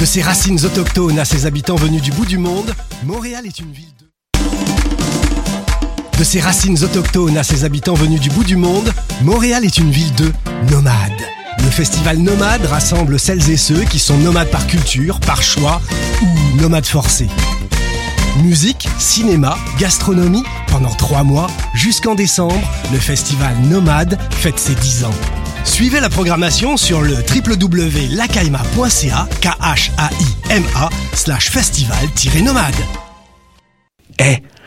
De ses racines autochtones à ses habitants venus du bout du monde, Montréal est une ville de... De ses racines autochtones à ses habitants venus du bout du monde, Montréal est une ville de nomades. Le festival Nomade rassemble celles et ceux qui sont nomades par culture, par choix ou nomades forcés. Musique, cinéma, gastronomie, pendant trois mois, jusqu'en décembre, le festival Nomade fête ses 10 ans. Suivez la programmation sur le www.lacaima.ca, k h a i m a slash festival-nomade. Eh,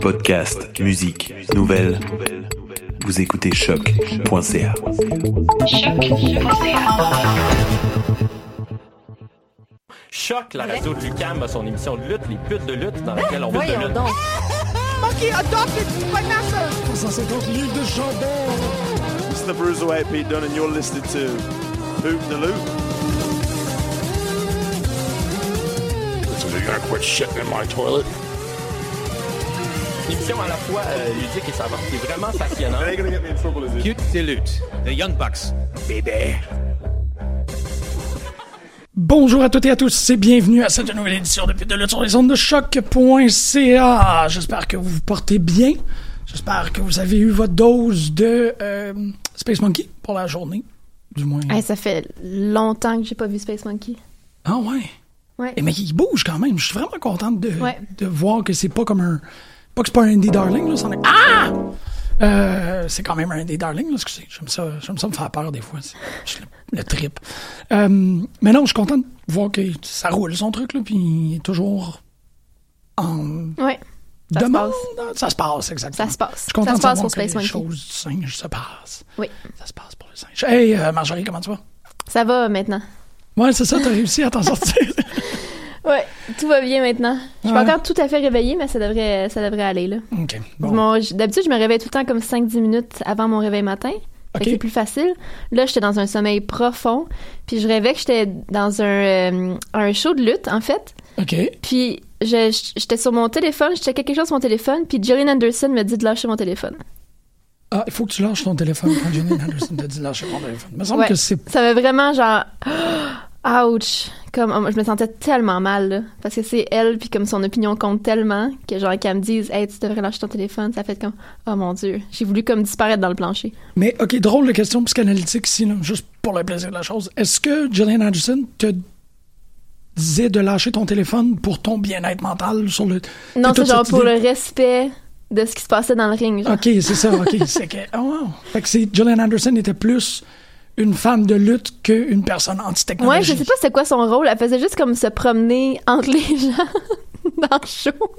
Podcast, musique, nouvelles. Vous écoutez choc.ca. Choc, la radio de Lucam a son émission de lutte, les putes de lutte, dans laquelle on va de lutte. Monkey adopted Vanessa. 350 livres de chandelle. It's the Bruiser Way Pete Dunne and you're listening to Hoop the Loop. So you're gonna quit shitting in my toilet? Une émission à la fois euh, ludique et savante, qui est vraiment passionnante. Cute Dilute, The Young Bucks. Bébé. Bonjour à toutes et à tous et bienvenue à cette nouvelle édition de Pute de lutte sur les ondes de choc.ca. J'espère que vous vous portez bien. J'espère que vous avez eu votre dose de euh, Space Monkey pour la journée, du moins. Hey, Eh, ça fait longtemps que j'ai pas vu Space Monkey. Ah ouais. Ouais. Et mais il bouge quand même. Je suis vraiment contente de, Ouais. de voir que c'est pas comme un. Pas que c'est pas un Andy Darling, là. c'en est- Ah! Euh, c'est quand même un Andy Darling, là, excusez. J'aime ça, j'aime ça me faire peur des fois. C'est juste le, le trip. Euh, mais non, je suis contente de voir que ça roule son truc, là, puis il est toujours en Ouais. Ça se demande. passe. Ça se passe, exactement. Ça se passe. Je suis content Ça se de passe savoir pour que Space les Monkey. choses du singe se passent. Oui. Ça se passe pour le singe. Hey, euh, Marjorie, comment tu vas? Ça va maintenant. Ouais, c'est ça, t'as réussi à t'en sortir. Ouais, tout va bien maintenant. Je suis pas Ouais. encore tout à fait réveillée, mais ça devrait, ça devrait aller, là. OK. Bon. Mon- j- D'habitude, je me réveille tout le temps comme 5-10 minutes avant mon réveil matin. Fait que Ok. C'est plus facile. Là, j'étais dans un sommeil profond, puis je rêvais que j'étais dans un, euh, un show de lutte, en fait. OK. Puis je- j- j'étais sur mon téléphone, je checkais quelque chose sur mon téléphone, puis Jillian Anderson me dit de lâcher mon téléphone. Ah, il faut que tu lâches ton téléphone quand Jenny Anderson t'a dit lâcher ton téléphone. Il me semble Ouais. que c'est. Ça m'a vraiment genre ouch, comme oh, je me sentais tellement mal là, parce que c'est elle puis comme son opinion compte tellement que genre qu'elle me dise hey tu devrais lâcher ton téléphone, ça fait comme oh mon dieu, j'ai voulu comme disparaître dans le plancher. Mais, OK, drôle de question psychanalytique ici, là, juste pour le plaisir de la chose. Est-ce que Jillian Anderson te disait de lâcher ton téléphone pour ton bien-être mental sur le. Non, T'as c'est toute genre cette pour idée- le respect de ce qui se passait dans le ring. Genre. OK, c'est ça, OK. c'est que. Oh, wow. Fait que c'est- Gillian Anderson était plus une femme de lutte qu'une personne Ouais, anti-technologie. je sais pas c'était quoi son rôle, elle faisait juste comme se promener entre les gens dans le show.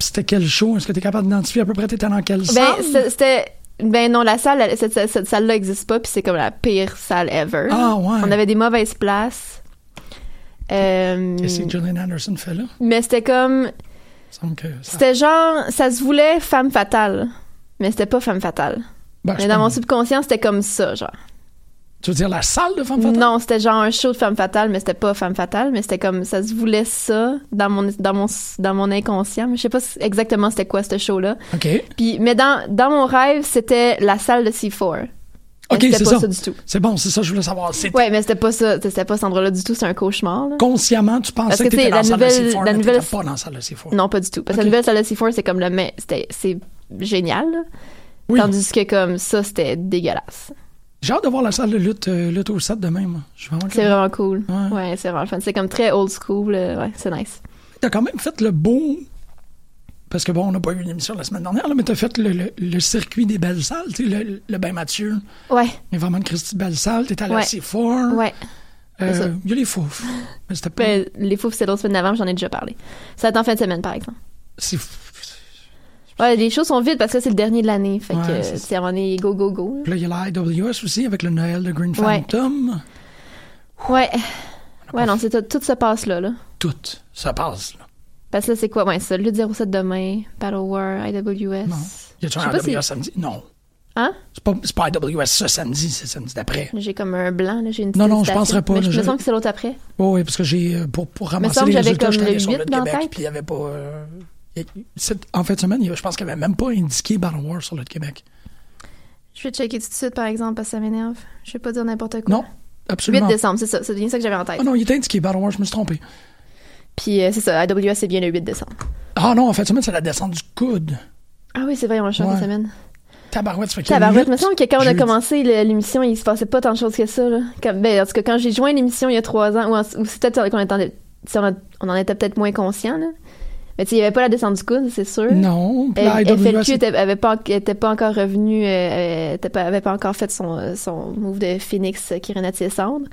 C'était quel show? Est-ce que t'es capable d'identifier à peu près t'étais dans quel Ben, salle? c'est- c'était Ben non, la salle, elle- cette, cette- cette salle-là n'existe pas, puis c'est comme la pire salle ever. Ah, ouais. On avait des mauvaises places. Euh, Qu'est-ce que Julian Anderson fait là? mais c'était comme. Il semble que ça- C'était genre. Ça se voulait femme fatale, mais c'était pas femme fatale. Ben, je mais dans mon comprends. subconscient, c'était comme ça, genre. Tu veux dire la salle de femme fatale? Non, c'était genre un show de femme fatale, mais c'était pas femme fatale, mais c'était comme ça se voulait ça dans mon dans mon dans mon inconscient, mais je sais pas si- exactement c'était quoi ce show là. OK. Puis mais dans dans mon rêve, c'était la salle de C4. Mais OK, c'était c'est pas ça. du tout. C'est bon, c'est ça, je voulais savoir. C'est Ouais, mais c'était pas ça, c'était pas cet endroit-là du tout, c'est un cauchemar là. consciemment, tu Parce pensais que, que, tu t'étais sais, dans la la salle de nouvelle- C4, la mais nouvelle- t'étais pas dans la salle de C4. Non, pas du tout. Parce que Ok. la nouvelle salle de C4, c'est comme le mais c'était c'est génial. là. Tandis que comme ça, c'était dégueulasse. J'ai hâte de voir la salle de lutte, euh, lutte au 7 demain, moi. Je suis vraiment C'est curieux. vraiment cool. Ouais, c'est vraiment le fun. C'est comme très old school, là. ouais, c'est nice. T'as quand même fait le beau. Parce que bon, on n'a pas eu une émission la semaine dernière, là, mais t'as fait le, le- le circuit des belles salles, tu sais, le, le Bain Mathieu. Ouais. Les vraiment de Christy Belle Salle, t'es allé à Ouais. la C4. Ouais. Euh, C'est ça. Il y a les faufs. Mais c'était pas. Ben, les fous, c'est l'autre semaine d'avant, j'en ai déjà parlé. Ça va être en fin de semaine, par exemple. C'est fou. Ouais, les choses sont vides parce que c'est le dernier de l'année. Fait Ouais, que, c'est euh, c'est à un moment donné, go, go, go. Puis là, il y a l'IWS aussi avec le Noël de Green Ouais. Phantom. Ouais. Ouais, non, c'est tout, tout se passe là, là. Tout ça passe. Là. Parce que là, c'est quoi? Ouais, ça, Lutte 07 demain, Battle War, IWS. Non. Y a-tu Je sais un pas si- IWS samedi? Non. Hein? C'est pas, c'est pas IWS ce samedi, c'est samedi d'après. J'ai comme un blanc, là, j'ai une petite Non, non, je hésitation. penserais pas, Mais je là, me je- sens que c'est l'autre après. Oui, oui, parce que j'ai, euh, pour, pour ramasser semble les que j'avais résultats, comme je le travaillais sur le 8 dans la Québec, tête. puis il y avait pas... euh, y a- cette- en fin de semaine, il y a- je pense qu'il n'y avait même pas indiqué Battle War sur le Québec. Je vais checker tout de suite, par exemple, parce que ça m'énerve. Je vais pas dire n'importe quoi. Non, absolument. 8 décembre, c'est ça. C'est bien ça que j'avais en tête. Ah non, il était indiqué Battle War, je me suis trompé. Puis euh, c'est ça, IWS, c'est bien le 8 décembre. Ah non, en fin de semaine, c'est la descente du coude. Ah oui, c'est vrai, on a changé Ouais. cette semaine. Tabarouette, ça fait que Tabarouette, lutte, me semble que quand on a jeudi. commencé le- l'émission, il se passait pas tant de choses que ça. Là. Comme, ben, en tout cas, quand j'ai joint l'émission il y a trois ans, ou, en- ou c'est peut-être qu'on était- si on, en- on en était peut-être moins conscient. Là. Mais tu sais, il n'y avait pas la descente du coude, c'est sûr. Non, puis la Euh, IWS, FLQ c'est- était, avait pas, était pas encore revenu, euh, euh, était pas, avait pas encore fait son, euh, son move de Phoenix euh, qui renaît de ses cendres.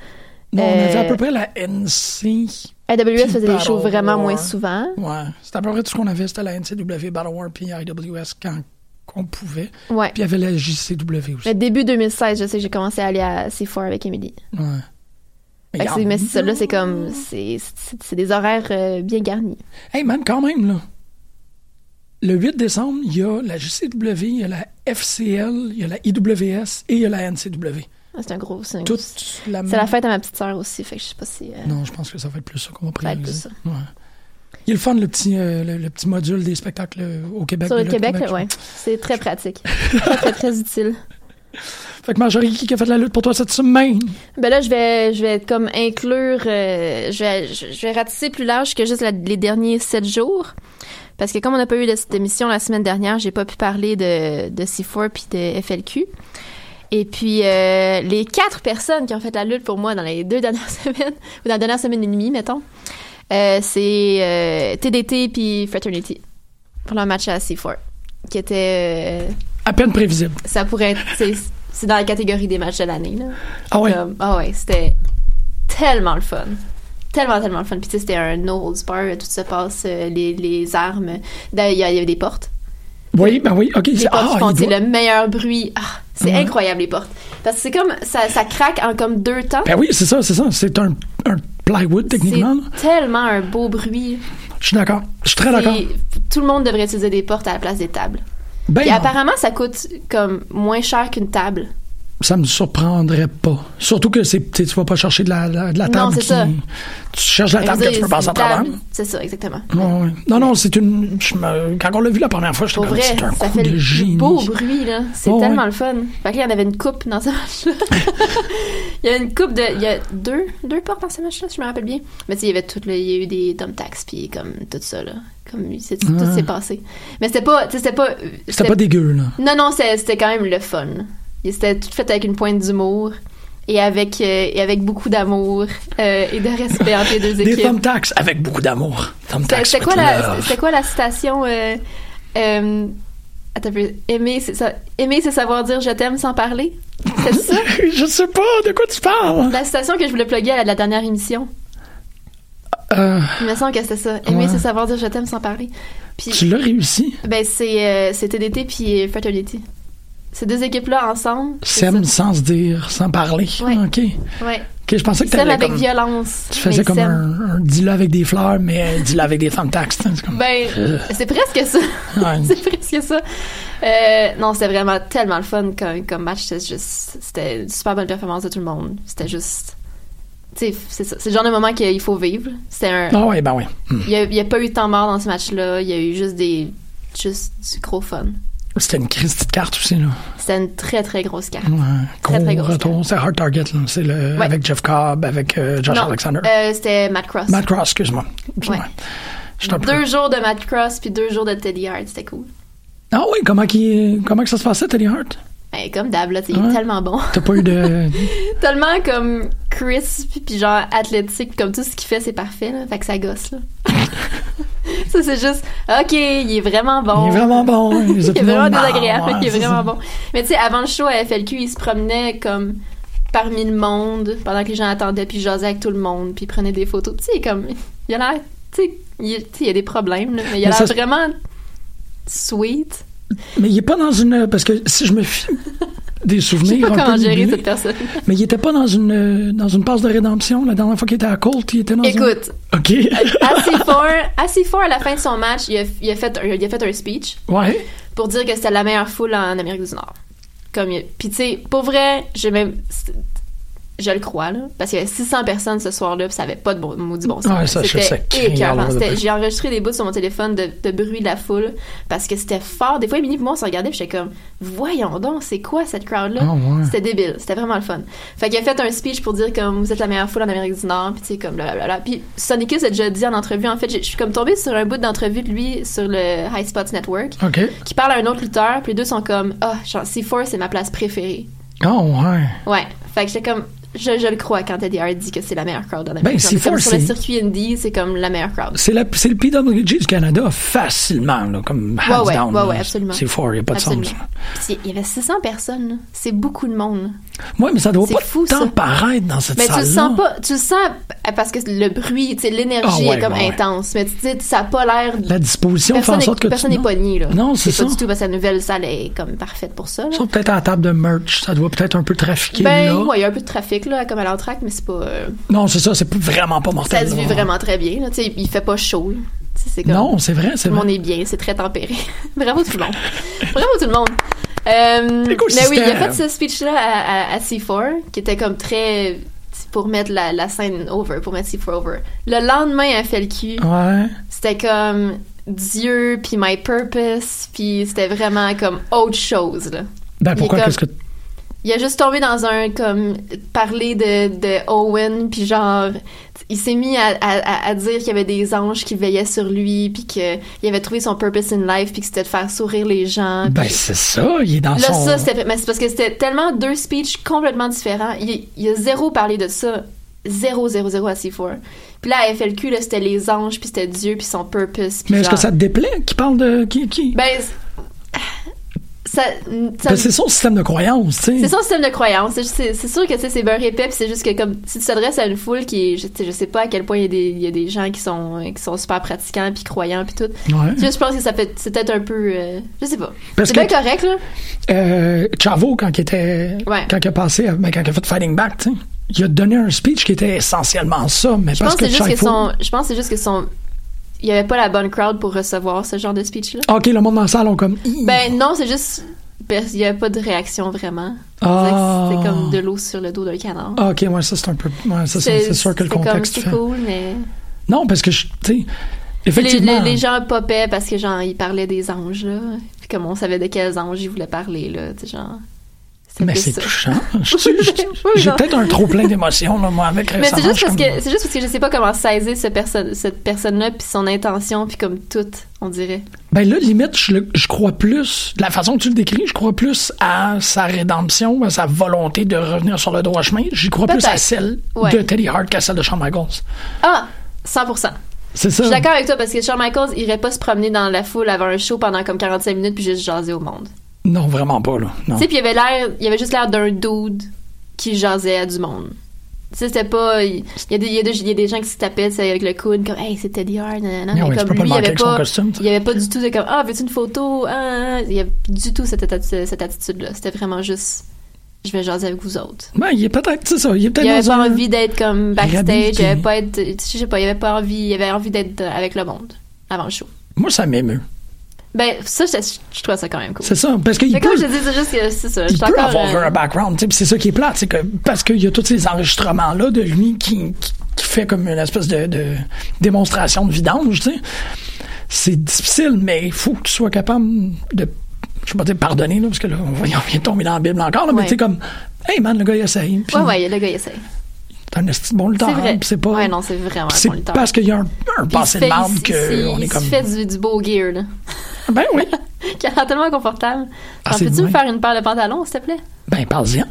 Non, on avait à Euh, peu près la NC. AWS faisait des Battle shows vraiment War. moins souvent. Ouais, c'était à peu près tout ce qu'on avait. C'était la NCW, Battle War, puis IWS quand qu'on pouvait. Ouais. Puis il y avait la JCW aussi. Mais début 2016, je sais que j'ai commencé à aller à C4 avec Emily. Ouais. Fait que c'est- Mais c'est ça, là, c'est comme. C'est c'est- c'est des horaires euh, bien garnis. Hey, man, quand même, là. Le 8 décembre, il y a la JCW, il y a la FCL, il y a la IWS et il y a la NCW. Ah, C'est un gros. C'est un gros- Toute la c'est la fête à ma petite sœur aussi, fait que je sais pas si. euh, Non, je pense que ça va être plus ça qu'on va Ça va être prioriser. plus ça. Ouais. Il est le fun, le petit, euh, le, le petit module des spectacles euh, au Québec. Sur le là, Québec, là, ouais. C'est très pratique. très, très, très utile. Fait que Marjorie, qui a fait la lutte pour toi cette semaine? Ben là, je vais, je vais comme inclure, euh, je, vais, je, je vais ratisser plus large que juste la- les derniers sept jours. Parce que comme on n'a pas eu de- cette émission la semaine dernière, j'ai pas pu parler de, de C4 puis de FLQ. Et puis, euh, les quatre personnes qui ont fait la lutte pour moi dans les deux dernières semaines, ou dans la dernière semaine et demie, mettons, euh, c'est euh, TDT puis Fraternity pour leur match à C4, qui était... euh, À peine prévisible. ça pourrait être. c'est- C'est dans la catégorie des matchs de l'année, là. Ah ouais? Comme- ah ouais, c'était tellement le fun. Tellement, tellement le fun. Puis tu sais, c'était un no holds bar, tout se passe, euh, les, les armes. D'ailleurs, il y a- il y avait des portes. Oui, ben oui, ok. Les c'est- portes qui font il tu sais, doit- Mhm. le meilleur bruit. Ah, c'est Ouais. incroyable, les portes. Parce que c'est comme. Ça, ça craque en comme deux temps. Ben oui, c'est ça, c'est ça. C'est un, un plywood, techniquement. là. C'est tellement un beau bruit. Je suis d'accord. Je suis très d'accord. Puis, Tout le monde devrait utiliser des portes à la place des tables. Ben Puis non. apparemment, ça coûte comme moins cher qu'une table. Ça me surprendrait pas. Surtout que c'est, tu sais, tu vas pas chercher de la, la- de la Non, table c'est qui- ça. Tu cherches la Mais je table veux que tu dire, peux passer à une table, travers. C'est ça, exactement. Ouais, ouais. Non, non, c'est une. je me- Quand on l'a vu la première fois, je Pour comme, vrai, Ah c'est un ça coup fait de le génie. Oh, beau bruit, là. C'est Ouais, tellement ouais. le fun. Fait que là, il y en avait une coupe dans ce match-là. il y avait une coupe de. Il y a deux, deux portes dans ce match-là, si je me rappelle bien. Mais tu sais, il y avait tout le, il y a eu des dumb tax, puis comme tout ça, là. Comme c'est- tout Ouais. s'est passé. Mais c'était pas. tu sais, C'était pas. C'était pas dégueu, là. Non, non, c'est- c'était quand même le fun. Et C'était tout fait avec une pointe d'humour et avec, euh, et avec beaucoup d'amour euh, et de respect entre les deux Des équipes. thumbtacks avec beaucoup d'amour. C'était Thumbtacks. c'était with quoi, la- love. c'était quoi la citation euh, euh, attends un peu. aimer, c'est sa- aimer, c'est savoir dire je t'aime sans parler. C'est ça? je sais pas de quoi tu parles. La citation que je voulais plugger à la, la dernière émission. Euh, Il me semble que c'était ça. Aimer, Ouais. c'est savoir dire je t'aime sans parler. Puis, tu l'as réussi. ben, c'est euh, c'est TDT puis Fraternity. ces deux équipes-là ensemble. c'est S'aiment sans se dire, sans parler. Ouais. OK. ça. Ouais. OK, je pensais que Ils s'aiment t'allais avec comme- violence. Tu mais faisais ils comme s'aiment. un, un deal avec des fleurs, mais un deal avec des thumbtacks. C'est comme... Ben, Euh. c'est presque ça. Ouais. c'est presque ça. Euh, non, c'était vraiment tellement le fun comme, comme match. C'était juste, c'était une super bonne performance de tout le monde. C'était juste, tu sais, c'est ça. C'est le genre de moment qu'il faut vivre. C'était un. Ah ouais, ben ouais. Il y a, il y a pas eu de temps mort dans ce match-là. Il y a eu juste des, juste du gros fun. C'était une crise de carte aussi, là. C'était une très très grosse carte. Ouais. Très, très Gros grosse retour. C'est Hard Target, là. C'est le... Ouais. avec Jeff Cobb, avec euh, Josh Non, Alexander. euh, c'était Matt Cross. Matt Cross, excuse-moi. Ouais. J'étais un peu- Deux jours de Matt Cross puis deux jours de Teddy Hart, c'était cool. Ah oui, comment, qui... comment que ça se passait, Teddy Hart? Ben, comme d'hab, là, il Ouais. est tellement bon. T'as pas eu de... tellement comme crisp puis genre athlétique comme tout ce qu'il fait c'est parfait là. fait que ça gosse là ça c'est juste ok il est vraiment bon Il est vraiment bon. hein. Les Il est vraiment opinions de marde, désagréable fait ouais, qu'il est c'est vraiment Ah, ça. bon mais tu sais avant le show à FLQ il se promenait comme parmi le monde pendant que les gens attendaient puis il jasait avec tout le monde puis il prenait des photos tu sais comme il a l'air tu sais il, tu sais, il y a des problèmes là, mais il a Mais ça, l'air c'est- vraiment sweet Mais il est pas dans une... Parce que si je me fie des je sais souvenirs pas un peu comment gérer nébuleux, cette personne Mais il était pas dans une, euh, dans une passe de rédemption. La dernière fois qu'il était à Colt, il était dans une- Écoute. OK. assez fort, assez fort à la fin de son match, il a, il a fait, un- il a fait un speech ouais. pour dire que c'était la meilleure foule en Amérique du Nord. Comme, il- puis tu sais, pour vrai, j'ai même, c'est- je le crois là, parce qu'il y avait 600 personnes ce soir-là, puis ça avait pas de bon, maudit bon sens. Ouais, ça, je sais, C'était craignant, écœurant. là, C'était- depuis. J'ai enregistré des bouts sur mon téléphone de, de bruit de la foule parce que c'était fort. Des fois, Émilie et moi, on se regardait, puis j'étais comme, voyons donc, c'est quoi cette crowd-là Ah ouais. C'était débile, c'était vraiment le fun. Fait qu'il a fait un speech pour dire comme vous êtes la meilleure foule en Amérique du Nord, puis tu sais comme blablabla. Puis Sonic Youth a déjà dit en entrevue, en fait, j'ai- je suis comme tombée sur un bout d'entrevue de lui sur le High Spots Network, OK. qui parle à un autre lutteur, puis les deux sont comme ah, genre, C4 c'est ma place préférée. Oh, ouais. Ouais, fait que j'étais comme je, je le crois quand Teddy Hart dit que c'est la meilleure crowd en Amérique Ben, du Nord. C'est C4, comme sur le c'est- circuit indie, c'est comme la meilleure crowd. C'est la- c'est le PWG du Canada facilement, là, comme hands ouais, down. ouais, là. ouais, absolument. C'est fort, il n'y a pas de Absolument. sens. Puis Il y avait 600 personnes, là. c'est beaucoup de monde. Oui, mais ça doit C'est pas fou, tant ça. paraître dans cette Mais tu salle le sens pas, tu le sens euh, parce que le bruit, tu sais, l'énergie Ah ouais, est comme ouais, ouais. intense, mais tu sais, ça a pas l'air. La disposition personne fait en sorte est, que personne tu... n'est pogné là. Non, c'est ça. pas du tout parce que la nouvelle salle est comme parfaite pour ça. là. Sauf peut-être à la table de merch, ça doit peut-être un peu trafiquer Ben, là. ouais, il y a un peu de trafic là, comme à l'entraque, mais c'est pas. euh, Non, c'est ça, c'est pas- vraiment pas mortel. ça se là. vit vraiment très bien. Là, tu sais, il fait pas chaud. là. Tu sais, c'est comme- Non, c'est vrai, c'est Tout le vrai. monde est bien, c'est très tempéré. Bravo tout le monde. Bravo tout le monde. Euh, cool, mais oui, il a système. fait ce speech-là à, à- à C4, qui était comme très pour mettre la, la scène over, pour mettre C4 over. Le lendemain à FLQ, Ouais. c'était comme Dieu, puis My Purpose, puis c'était vraiment comme autre chose. Là. Il Ben, est pourquoi comme- qu'est-ce que... il a juste tombé dans un comme parler de, de Owen puis genre il s'est mis à, à- à- à dire qu'il y avait des anges qui veillaient sur lui puis que il avait trouvé son purpose in life puis que c'était de faire sourire les gens. Ben, puis- c'est ça, il est dans Là, son... ça, c'était. Mais c'est parce que c'était tellement deux speeches complètement différents. Il, il a zéro parlé de ça. Zéro, zéro, zéro à C4. Puis là, à FLQ, là, c'était les anges, puis c'était Dieu, puis son purpose. puis mais est-ce que genre- ça te déplaît qu'il parle de... Qui, qui... Ben, c- ça. ça- Ben, c'est son système de croyance, tu sais. C'est son système de croyance. C'est- C'est c'est sûr que tu sais, c'est beurre épais, puis c'est juste que comme si tu t'adresses à une foule qui, est- je, tu sais, je sais pas à quel point il y a des, il y a des gens qui sont euh, qui sont super pratiquants puis croyants puis tout. Ouais. Tu sais, Je pense que ça fait c'est peut-être un peu, euh, je sais pas. Parce C'est que- bien correct là. Euh, Chavo, quand il était. Ouais. Quand il a passé. ben, quand il a fait Fighting Back, tu sais, il a donné un speech qui était essentiellement ça, mais Je parce pense que que c'est juste que Chavo- son, je pense que c'est juste que son, il y avait pas la bonne crowd pour recevoir ce genre de speech là. Ok, le monde dans la salle ont comme. Hi. Ben non, c'est juste, ben, il y avait pas de réaction vraiment. Ah. C'est comme de l'eau sur le dos d'un canard. Ah, ok, ouais, ça c'est un peu. Ouais, ça, c'est c'est sûr que le c'était comme, contexte C'est fait. cool, mais. Non, parce que je. Tu sais. Les, Effectivement. les, les gens popaient parce que genre ils parlaient des anges là, puis comme on savait de quels anges ils voulaient parler là, tu sais genre. c'était mais plus c'est ça. touchant. Je- je- je- Oui, J'ai non. peut-être un trop plein d'émotions, là, moi, avec Mais c'est récemment, juste je parce suis ah. que c'est juste parce que je sais pas comment saisir ce perso- cette personne là puis son intention puis comme tout, on dirait. comme- Ben là, limite, je, le- je crois plus. De la façon que tu le décris, je crois plus à sa rédemption, à sa volonté de revenir sur le droit chemin. J'y crois plus à Peut-être. celle Ouais. de Teddy Hart qu'à celle de Shawn Michaels. Ah, 100%. C'est Je ça. suis d'accord avec toi parce que Shawn Michaels irait pas se promener dans la foule avant un show pendant comme 45 minutes puis juste jaser au monde. Non, vraiment pas, là. Non. Tu sais, puis il avait l'air, il avait juste l'air d'un dude qui jasait à du monde. Ça, c'était pas. Il y, a des- il y a des- il y a des gens qui se tapaient tu sais, avec le coude, comme Hey, c'était Teddy Hart. nanana. Mais Mais ouais, tu comme peux pas le lui, il y manquer avait avec son pas. costume, tu sais. Il y avait pas du tout de comme Ah, veux-tu une photo Ah, ah, ah. Il y avait du tout cette, atti- cette attitude-là. C'était vraiment juste Je vais jaser avec vous autres. Ben, il est peut-être, c'est ça. Il est il peut-être avait dans pas un- envie d'être comme backstage. réhabilité. Il avait pas être. Je sais pas, il avait pas envie. Il avait envie d'être euh, avec le monde avant le show. Moi, ça m'émeut. Ben, ça, je, je trouvais ça quand même cool. C'est ça, parce qu'il Mais comme peut- je te dis, c'est juste que c'est ça. Il j'étais peut encore, avoir euh, un background, tu sais, puis c'est ça qui est plate, c'est que parce qu'il y a tous ces enregistrements-là de lui qui, qui, qui fait comme une espèce de, de démonstration de vidange, tu sais. C'est difficile, mais il faut que tu sois capable de, je vais pas dire pardonner, là, parce que là, on va- on vient de tomber dans la Bible encore, là, mais Ouais. tu sais, comme, hey man, le gars, il essaye. Puis Ouais, ouais, le gars, il essaye. T'as un esti de bon le temps, C'est vrai. puis c'est pas. Ouais, non, c'est vraiment c'est un bon lutteur. parce qu'il y a un, un Puis il passé se de fait- marbre il- il- qu'on est comme. Il se fait du, du beau gear, là. Ben oui. Qui a l'air tellement confortable. Ah, T'en c'est peux-tu de me même. faire une paire de pantalons, s'il te plaît? Ben, parle-y-en.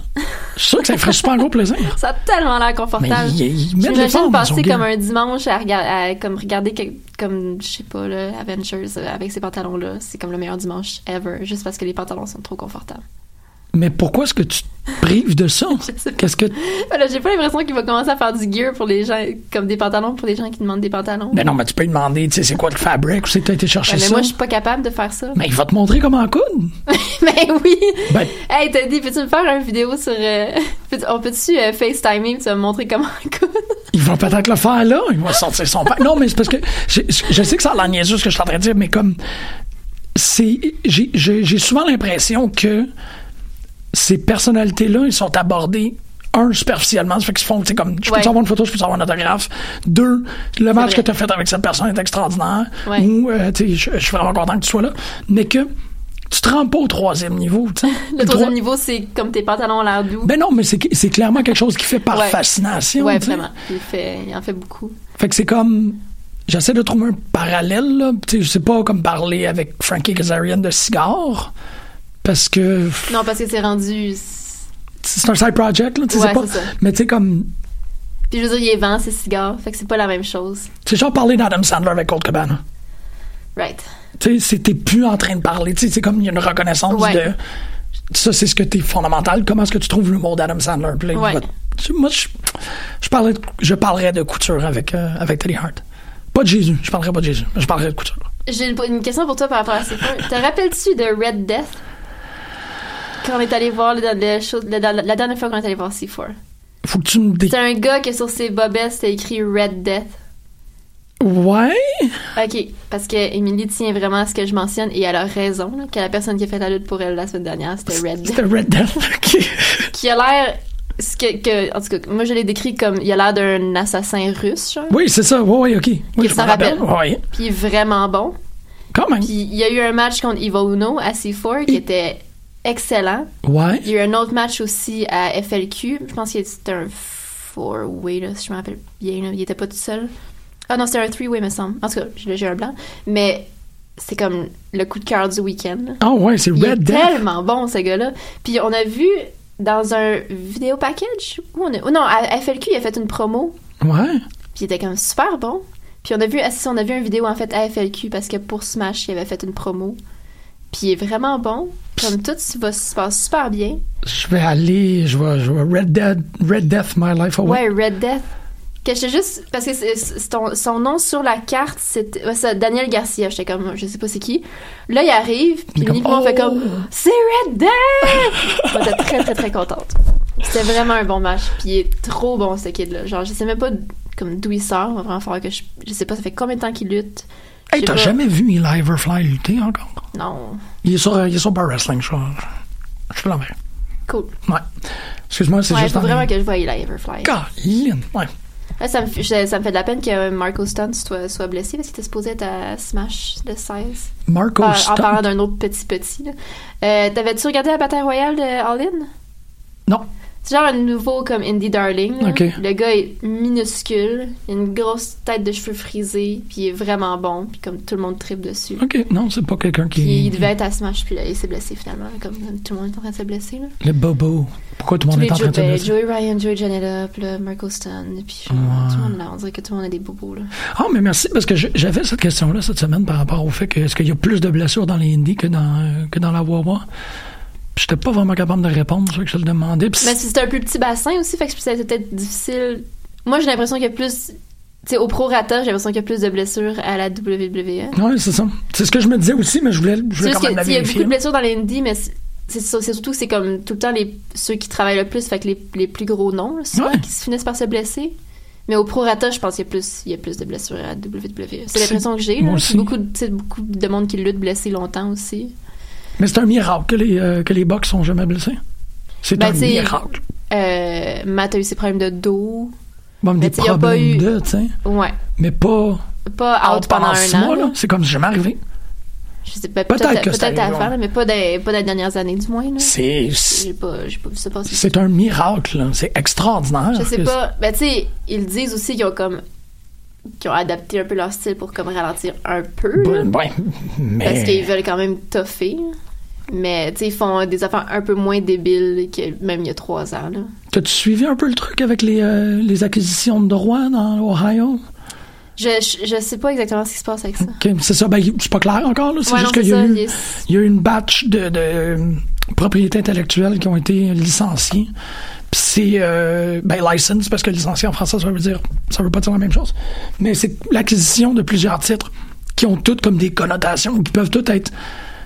Je suis sûr que ça ferait super gros plaisir. Ça a tellement l'air confortable. Mais Ben, il- il met de l'effort J'imagine dans son passer gear. comme un dimanche à, rega- à comme regarder que- comme, je sais pas, là, Avengers euh, avec ces pantalons-là. C'est comme le meilleur dimanche ever, juste parce que les pantalons sont trop confortables. Mais pourquoi est-ce que tu te prives de ça? Qu'est-ce que. Voilà, j'ai pas l'impression qu'il va commencer à faire du gear pour les gens, comme des pantalons pour les gens qui demandent des pantalons. Ben non, mais tu peux lui demander, tu sais, c'est quoi le fabric, où c'est que t'as été Ouais, chercher Ben, mais ça? moi, je suis pas capable de faire ça. Mais il va te montrer comment coudre. Mais oui! Ben- Hey, t'as dit, peux-tu me faire une vidéo sur. euh, peux-tu- on peut-tu euh, FaceTimer pis tu vas me montrer comment coudre? Il va peut-être le faire là. Il va sortir son pack. Non, mais c'est parce que je, je sais que ça a l'air niaiseux ce que je suis en train de dire, mais comme c'est, j'ai, j'ai- j'ai souvent l'impression que ces personnalités-là, ils sont abordés un superficiellement, ça fait qu'ils se font, tu sais, comme je peux Ouais. te avoir une photo, je peux te avoir un autographe. Deux, le match vrai. que tu as fait avec cette personne est extraordinaire. Ouais. Ou euh, tu sais, je je suis vraiment content que tu sois là, mais que tu te rends pas au troisième niveau. tu sais. Le troisième Trois- niveau, c'est comme tes pantalons ont l'air doux. Ben non, mais c'est, c'est clairement quelque chose qui fait par Ouais. fascination. Ouais, tu sais. vraiment. Il, fait, il en fait beaucoup. Fait que c'est comme. J'essaie de trouver un parallèle, là. Tu sais, je sais pas comme parler avec Frankie Kazarian de cigare. Parce que Non, parce que c'est rendu. c'est un side project, là. Tu sais, Ouais, c'est pas. c'est ça. Mais tu sais, comme. Puis je veux dire, il est vent, c'est cigare. Fait que c'est pas la même chose. C'est genre parler d'Adam Sandler avec Colt Cabana. Right. Tu sais, c'est- t'es plus en train de parler. Tu sais, c'est comme il y a une reconnaissance Ouais. de. Ça, c'est ce que t'es fondamental. Comment est-ce que tu trouves l'humour d'Adam Sandler? Puis là, il Ouais. va- tu- moi, je, je, parlais de- je parlerais de couture avec, euh, avec Teddy Hart. Pas de Jésus. Je parlerais pas de Jésus. mais Je parlerais de couture. J'ai une, une question pour toi par rapport à ces points. Te rappelles-tu de Red Death? Quand on est allé voir le, le show- le- la, la dernière fois qu'on est allé voir C4. Faut que tu me dé- C'est un gars que sur ses bobettes, c'était écrit Red Death. Ouais. OK, parce que Emily tient vraiment à ce que je mentionne et elle a raison, là, que la personne qui a fait la lutte pour elle la semaine dernière, c'était Red. C'était Red Death. ok. qui a l'air. Ce que, que- en tout cas, moi je l'ai décrit comme il a l'air d'un assassin russe, genre. Oui, c'est ça. Oui, oui, OK. Oui, Il je s'en me rappelle. rappelle. Oui. Puis il est vraiment bon. Quand même. Puis il y a eu un match contre Ivo Uno à C4 qui était excellent. Ouais. Il y a eu un autre match aussi à FLQ. Je pense que c'était un four-way, là, si je me rappelle bien. là. Il était pas tout seul. Ah non, c'était un three-way, me semble. En tout cas, j'ai j'ai un blanc. Mais c'est comme le coup de cœur du week-end. là. Ah ouais, c'est Il est Red Death. tellement bon, ce gars-là. Puis on a vu dans un vidéo package. Où on a- oh non, à FLQ, il a fait une promo. Ouais. Puis il était comme super bon. Puis on a vu, ah, c'est ça, on a vu une vidéo en fait à FLQ parce que pour Smash, il avait fait une promo. Puis il est vraiment bon. Comme tout se va- se passe super bien. Je vais aller, je vais, je vais Red Dead, Red Death, My Life Away. Ouais, Red Death. Que j'étais juste. Parce que c'est- c'est ton- son nom sur la carte, c'était. ouais, c'est Daniel Garcia. J'étais comme, je sais pas c'est qui. Là, il arrive, puis Nico, on fait comme. oh! C'est Red Death! Moi, j'étais très, très, très contente. C'était vraiment un bon match, puis il est trop bon, ce kid-là. Genre, je sais même pas d- comme d'où il sort. Il va vraiment falloir que je. Je sais pas, ça fait combien de temps qu'il lutte. Je Hey, sais t'as pas. jamais vu Eli Everfly lutter encore? Non. Il est sur, euh, il est sur Bar Wrestling, je, je te l'enverrai. Cool. Ouais. Excuse-moi, c'est Ouais, juste faut en vraiment que je voie Eli Everfly. Caroline, ouais. Ouais, ça, me, fait- je- ça me fait de la peine que Marco Stunt soit, soit blessé parce qu'il était supposé être à Smash le 16. Marco Par- Euh, En Stunt. parlant d'un autre petit petit. là. Euh, T'avais-tu regardé la bataille royale de All In? Non. C'est genre un nouveau comme Indie Darling. là. Ok. Le gars est minuscule, il a une grosse tête de cheveux frisés, puis il est vraiment bon, puis comme tout le monde tripe dessus. OK, non, c'est pas quelqu'un Puis qui... il devait être à Smash, puis là, il s'est blessé finalement, comme tout le monde est en train de se blesser. Là. Le bobo. Pourquoi tout le Tous monde les est en train Joe, de te ben, blesser? Joey Ryan, Joey Janela, puis là, Marco Stan, puis genre, Ouais. tout le monde là, on dirait que tout le monde a des bobos là. Ah, mais merci, parce que je- j'avais cette question-là cette semaine par rapport au fait que est-ce qu'il y a plus de blessures dans les Indies que dans, euh, que dans la Wawa? Puis j'étais pas vraiment capable de répondre, c'est ça que je le demandais. Puis Mais c'était un plus petit bassin aussi, fait que ça a été peut-être difficile. Moi, j'ai l'impression qu'il y a plus. Tu sais, au prorata, j'ai l'impression qu'il y a plus de blessures à la WWE. Ouais, c'est ça. C'est ce que je me disais aussi, mais je voulais, je C'est voulais juste quand que, même la tu sais, il y a beaucoup vérifier. de blessures dans l'indie, mais c'est- c'est c'est surtout que c'est comme tout le temps les, ceux qui travaillent le plus, fait que les, les plus gros noms, là, souvent, qui se finissent par se blesser. Mais au prorata, je pense qu'il y, a plus- il y a plus de blessures à la WWE. C'est C'est- l'impression que j'ai. moi là. aussi. Beaucoup, de- tu sais, beaucoup de monde qui lutte blessé longtemps aussi. Mais c'est un miracle que les, euh, que les box sont jamais blessés. C'est Ben, un tu sais, miracle. Euh, Matt a eu ses problèmes de dos. Bon, mais des tu sais, il ben, y a pas problèmes eu- de, tu sais. Ouais. Mais pas Pas out Ah, pendant pendant, un six an. mois, là. là. C'est comme si jamais arrivé. Je sais pas, Peut-être peut-être que peut c'est être à arrivé, faire, ouais. mais pas des, pas des dernières années, du moins. là. C'est- J'ai pas, j'ai pas vu ça passer. C'est un miracle, là. C'est extraordinaire. Je sais que- pas. Ben, tu sais, ils disent aussi qu'ils ont comme. qu'ils ont adapté un peu leur style pour comme ralentir un peu. là, Ouais, mais... Parce qu'ils veulent quand même toffer. Mais, tu sais, ils font des affaires un peu moins débiles que même il y a trois ans, là. T'as-tu suivi un peu le truc avec les, euh, les acquisitions de droits dans l'Ohio? Je, je, je sais pas exactement ce qui se passe avec ça. Ok, C'est ça, ben, y- c'est pas clair encore. là. C'est Ouais, juste non, qu'il y, a c'est ça, eu- il est- il y a eu une batch de, de, euh, propriétés intellectuelles qui ont été licenciées. Puis c'est euh, ben, license, parce que licencié en français, ça veut dire ça veut pas dire la même chose. Mais c'est l'acquisition de plusieurs titres qui ont toutes comme des connotations, qui peuvent toutes être.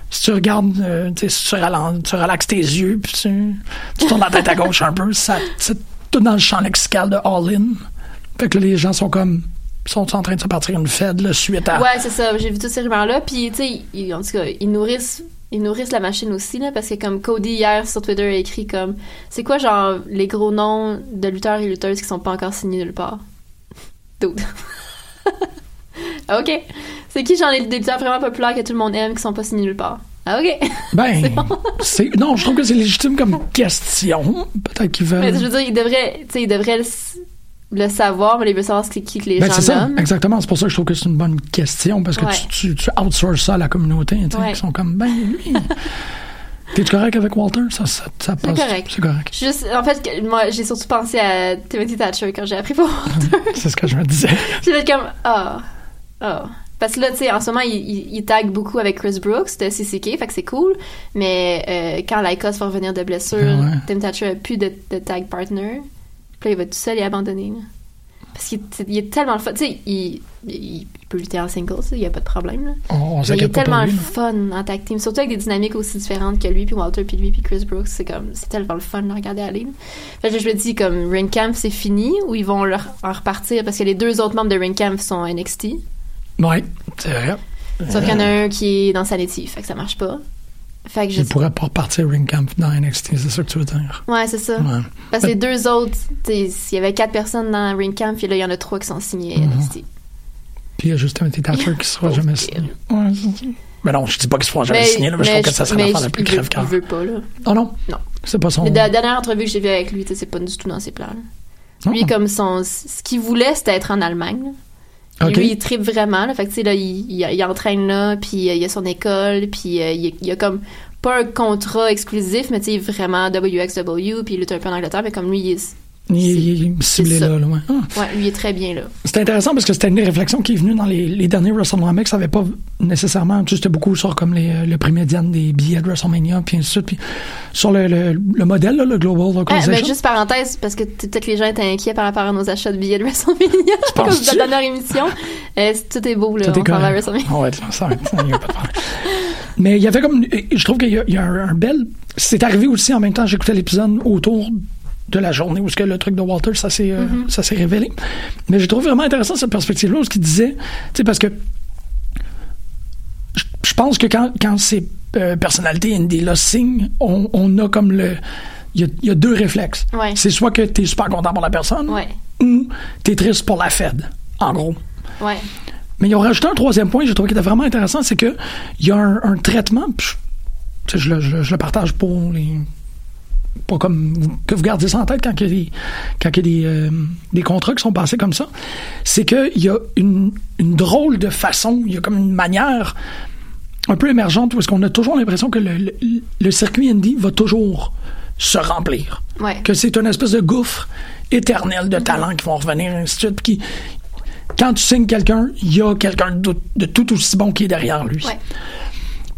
Si tu regardes, euh, tu sais, si tu, relan- tu relaxes tes yeux, puis tu, tu tournes la tête à gauche un peu, ça, c'est tout dans le champ lexical de All In. Fait que là, les gens sont comme. sont en train de se partir une fed, là, suite à. Ouais, c'est ça. J'ai vu tous ces rumeurs-là. Puis, tu sais, ils- en tout cas, ils nourrissent, ils nourrissent la machine aussi, là, parce que comme Cody, hier, sur Twitter, a écrit comme C'est quoi, genre, les gros noms de lutteurs et lutteuses qui sont pas encore signés nulle part Dude. Ah, OK. C'est qui, genre, les des lutteurs vraiment populaires que tout le monde aime qui sont pas signés nulle part Ah, OK. Ben, c'est non, je trouve que c'est légitime comme question. Peut-être qu'ils veulent. Mais je veux dire, ils devraient, tu sais, ils devraient le, le savoir, mais ils veulent savoir ce qui, qui que les Ben, c'est gens ça, nomment. exactement. C'est pour ça que je trouve que c'est une bonne question parce que Ouais. tu, tu, tu outsources ça à la communauté. tu sais, Ouais. Ils sont comme, ben, lui. T'es-tu correct avec Walter? Ça, ça, ça C'est passe. correct. C'est correct. Je suis Juste, en fait, que- moi, j'ai surtout pensé à Timothy Thatcher quand j'ai appris pour C'est ce que je me disais. J'ai fait comme ah ah parce que là tu sais en ce moment il, il, il tag beaucoup avec Chris Brooks de CCK fait que c'est cool mais euh, quand l'Icos va revenir de blessure Ah ouais. Tim Thatcher a plus de, de tag partner puis là il va tout seul et abandonné là. parce qu'il t- il est tellement le fun tu sais il, il, il peut lutter en singles il y a pas de problème là. On, on Mais il est s'inquiète pas pour tellement lui. le là. fun en tag team, surtout avec des dynamiques aussi différentes que lui, puis Walter, puis lui, puis Chris Brooks. C'est comme, c'est tellement le fun de le regarder aller. là. Fait que je me dis, comme, Ring Camp, c'est fini, ou ils vont leur, en repartir, parce que les deux autres membres de Ring Camp sont NXT. Ouais, c'est vrai. Sauf qu'il y en a un qui est dans Sanity, fait que ça marche pas. Fait que je. Il pourrait pas repartir Ring Camp dans NXT, c'est ça que tu veux dire. Ouais, c'est ça. Ouais. Parce que les deux autres, tu sais, s'il y avait quatre personnes dans Ring Camp, puis là, il y en a trois qui sont signées NXT. Puis il y a juste Mhm. un petit Thatcher qui sera jamais signé. Ouais, c'est ça. mais non, je dis pas qu'il sera jamais signé, là, mais, je trouve que ça serait mais l'affaire la je- plus il veut- crève Il veut pas, là. Oh non? Non. C'est pas son. Mais de la dernière entrevue que j'ai vue avec lui, tu sais, c'est pas du tout dans ses plans. là. Ah. Lui, comme son. Ce qu'il voulait, c'était être en Allemagne. là. Ok. Lui, il tripe vraiment. Là, fait que, tu sais, là, il, il, il entraîne là, puis euh, il a son école, puis euh, il, il a comme pas un contrat exclusif, mais tu sais, vraiment WXW, puis il lutte un peu en Angleterre, mais comme lui, il est, Il, il est ciblé là, là, ouais. Ah. ouais, lui, il est très bien là. Eh, C'est intéressant parce que c'était une réflexion qui est venue dans les, les derniers WrestleMania que ça n'avait pas nécessairement. Tu sais, c'était beaucoup sur comme les, euh, le prix médian des billets de WrestleMania, puis ainsi de suite. Puis sur le, le, le modèle, là, le Global Ah, Localization. mais juste parenthèse, parce que t- peut-être que les gens étaient inquiets par rapport à nos achats de billets de WrestleMania, je pense, de penses-tu? la dernière émission. Euh, c'est- tout est beau, là. Tout est on parle à correct. WrestleMania. On va être là, ça va être- il y a pas de problème. Mais il y avait comme. Je trouve qu'il y a, il y a un, un bel. C'est arrivé aussi en même temps, j'écoutais l'épisode autour de la journée où ce que le truc de Walter, ça s'est euh, Mm-hmm. ça s'est révélé. Mais je trouve vraiment intéressant cette perspective-là, où ce qu'il disait. Tu sais, parce que. je- Je pense que quand, quand ces euh, personnalités indie-là signent, on, on a comme le. Il y a, il y a deux réflexes. Ouais. C'est soit que tu es super content pour la personne, Ouais. ou tu es triste pour la Fed, en gros. Ouais. Mais ils ont rajouté un troisième point que j'ai trouvé qui était vraiment intéressant, c'est que il y a un, un traitement, puis je, tu sais, je le, je le- je le partage pour les. Pas comme vous- que vous gardez ça en tête quand il y a des, quand il y a des, euh, des contrats qui sont passés comme ça, c'est qu'il y a une, une drôle de façon, il y a comme une manière un peu émergente où est-ce qu'on a toujours l'impression que le, le- le circuit indie va toujours se remplir. Ouais. Que c'est une espèce de gouffre éternel de talents qui vont revenir, ainsi de suite, puis qui, quand tu signes quelqu'un, il y a quelqu'un de, de tout aussi bon qui est derrière lui.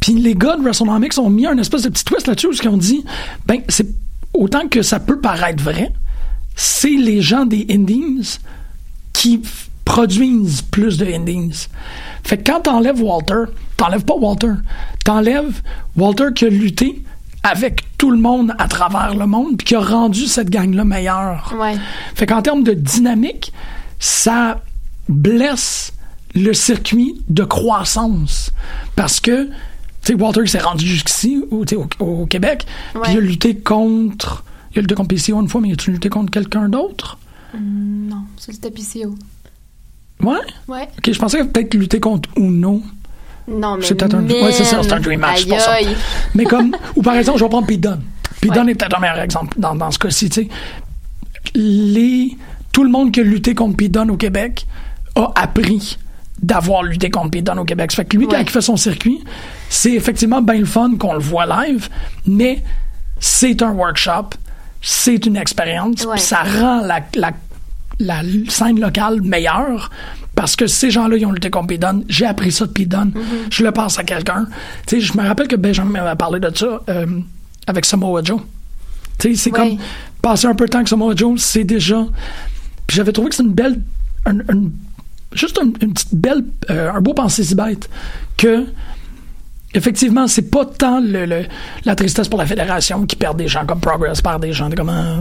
Puis les gars de WrestleNomics ont mis un espèce de petit twist là-dessus où ils ont dit ben, c'est autant que ça peut paraître vrai, c'est les gens des endings qui f- produisent plus de endings. Fait que quand t'enlèves Walter, t'enlèves pas Walter, t'enlèves Walter qui a lutté avec tout le monde à travers le monde puis qui a rendu cette gang-là meilleure. Fait qu'en termes de dynamique, ça blesse le circuit de croissance parce que tu sais, Walter qui s'est rendu jusqu'ici ou tu sais, au, au Québec puis il a lutté contre il a lutté contre PCO une fois mais il a lutté contre quelqu'un d'autre Hum, non, c'est le TPCO. ouais Ouais. ok je pensais peut-être lutter contre Uno Non, mais. c'est peut-être un ouais c'est ça c'est un dream match hein. c'est pour ça. mais comme ou par exemple je vais prendre Pidon Pidon est peut-être un meilleur exemple dans, dans ce cas-ci tu sais les tout le monde qui a lutté contre Pidon au Québec a appris d'avoir lutté contre Pidon au Québec. Ça fait que lui, quand il fait son circuit, c'est effectivement bien le fun qu'on le voit live, mais c'est un workshop, c'est une expérience, Ouais. puis ça rend la, la- la scène locale meilleure parce que ces gens-là, ils ont lutté contre Pidon. J'ai appris ça de Pidon. Je le passe à quelqu'un. Tu sais, je me rappelle que Benjamin m'avait parlé de ça euh, avec Samoa Joe. Tu sais, c'est comme passer un peu de temps avec Samoa Joe, c'est déjà. Puis j'avais trouvé que c'est une belle. un- un- juste un- une petite belle. euh, un beau pensée si bête que. Effectivement, c'est pas tant le, le- la tristesse pour la fédération qui perd des gens comme Progress, perd des gens comme. euh,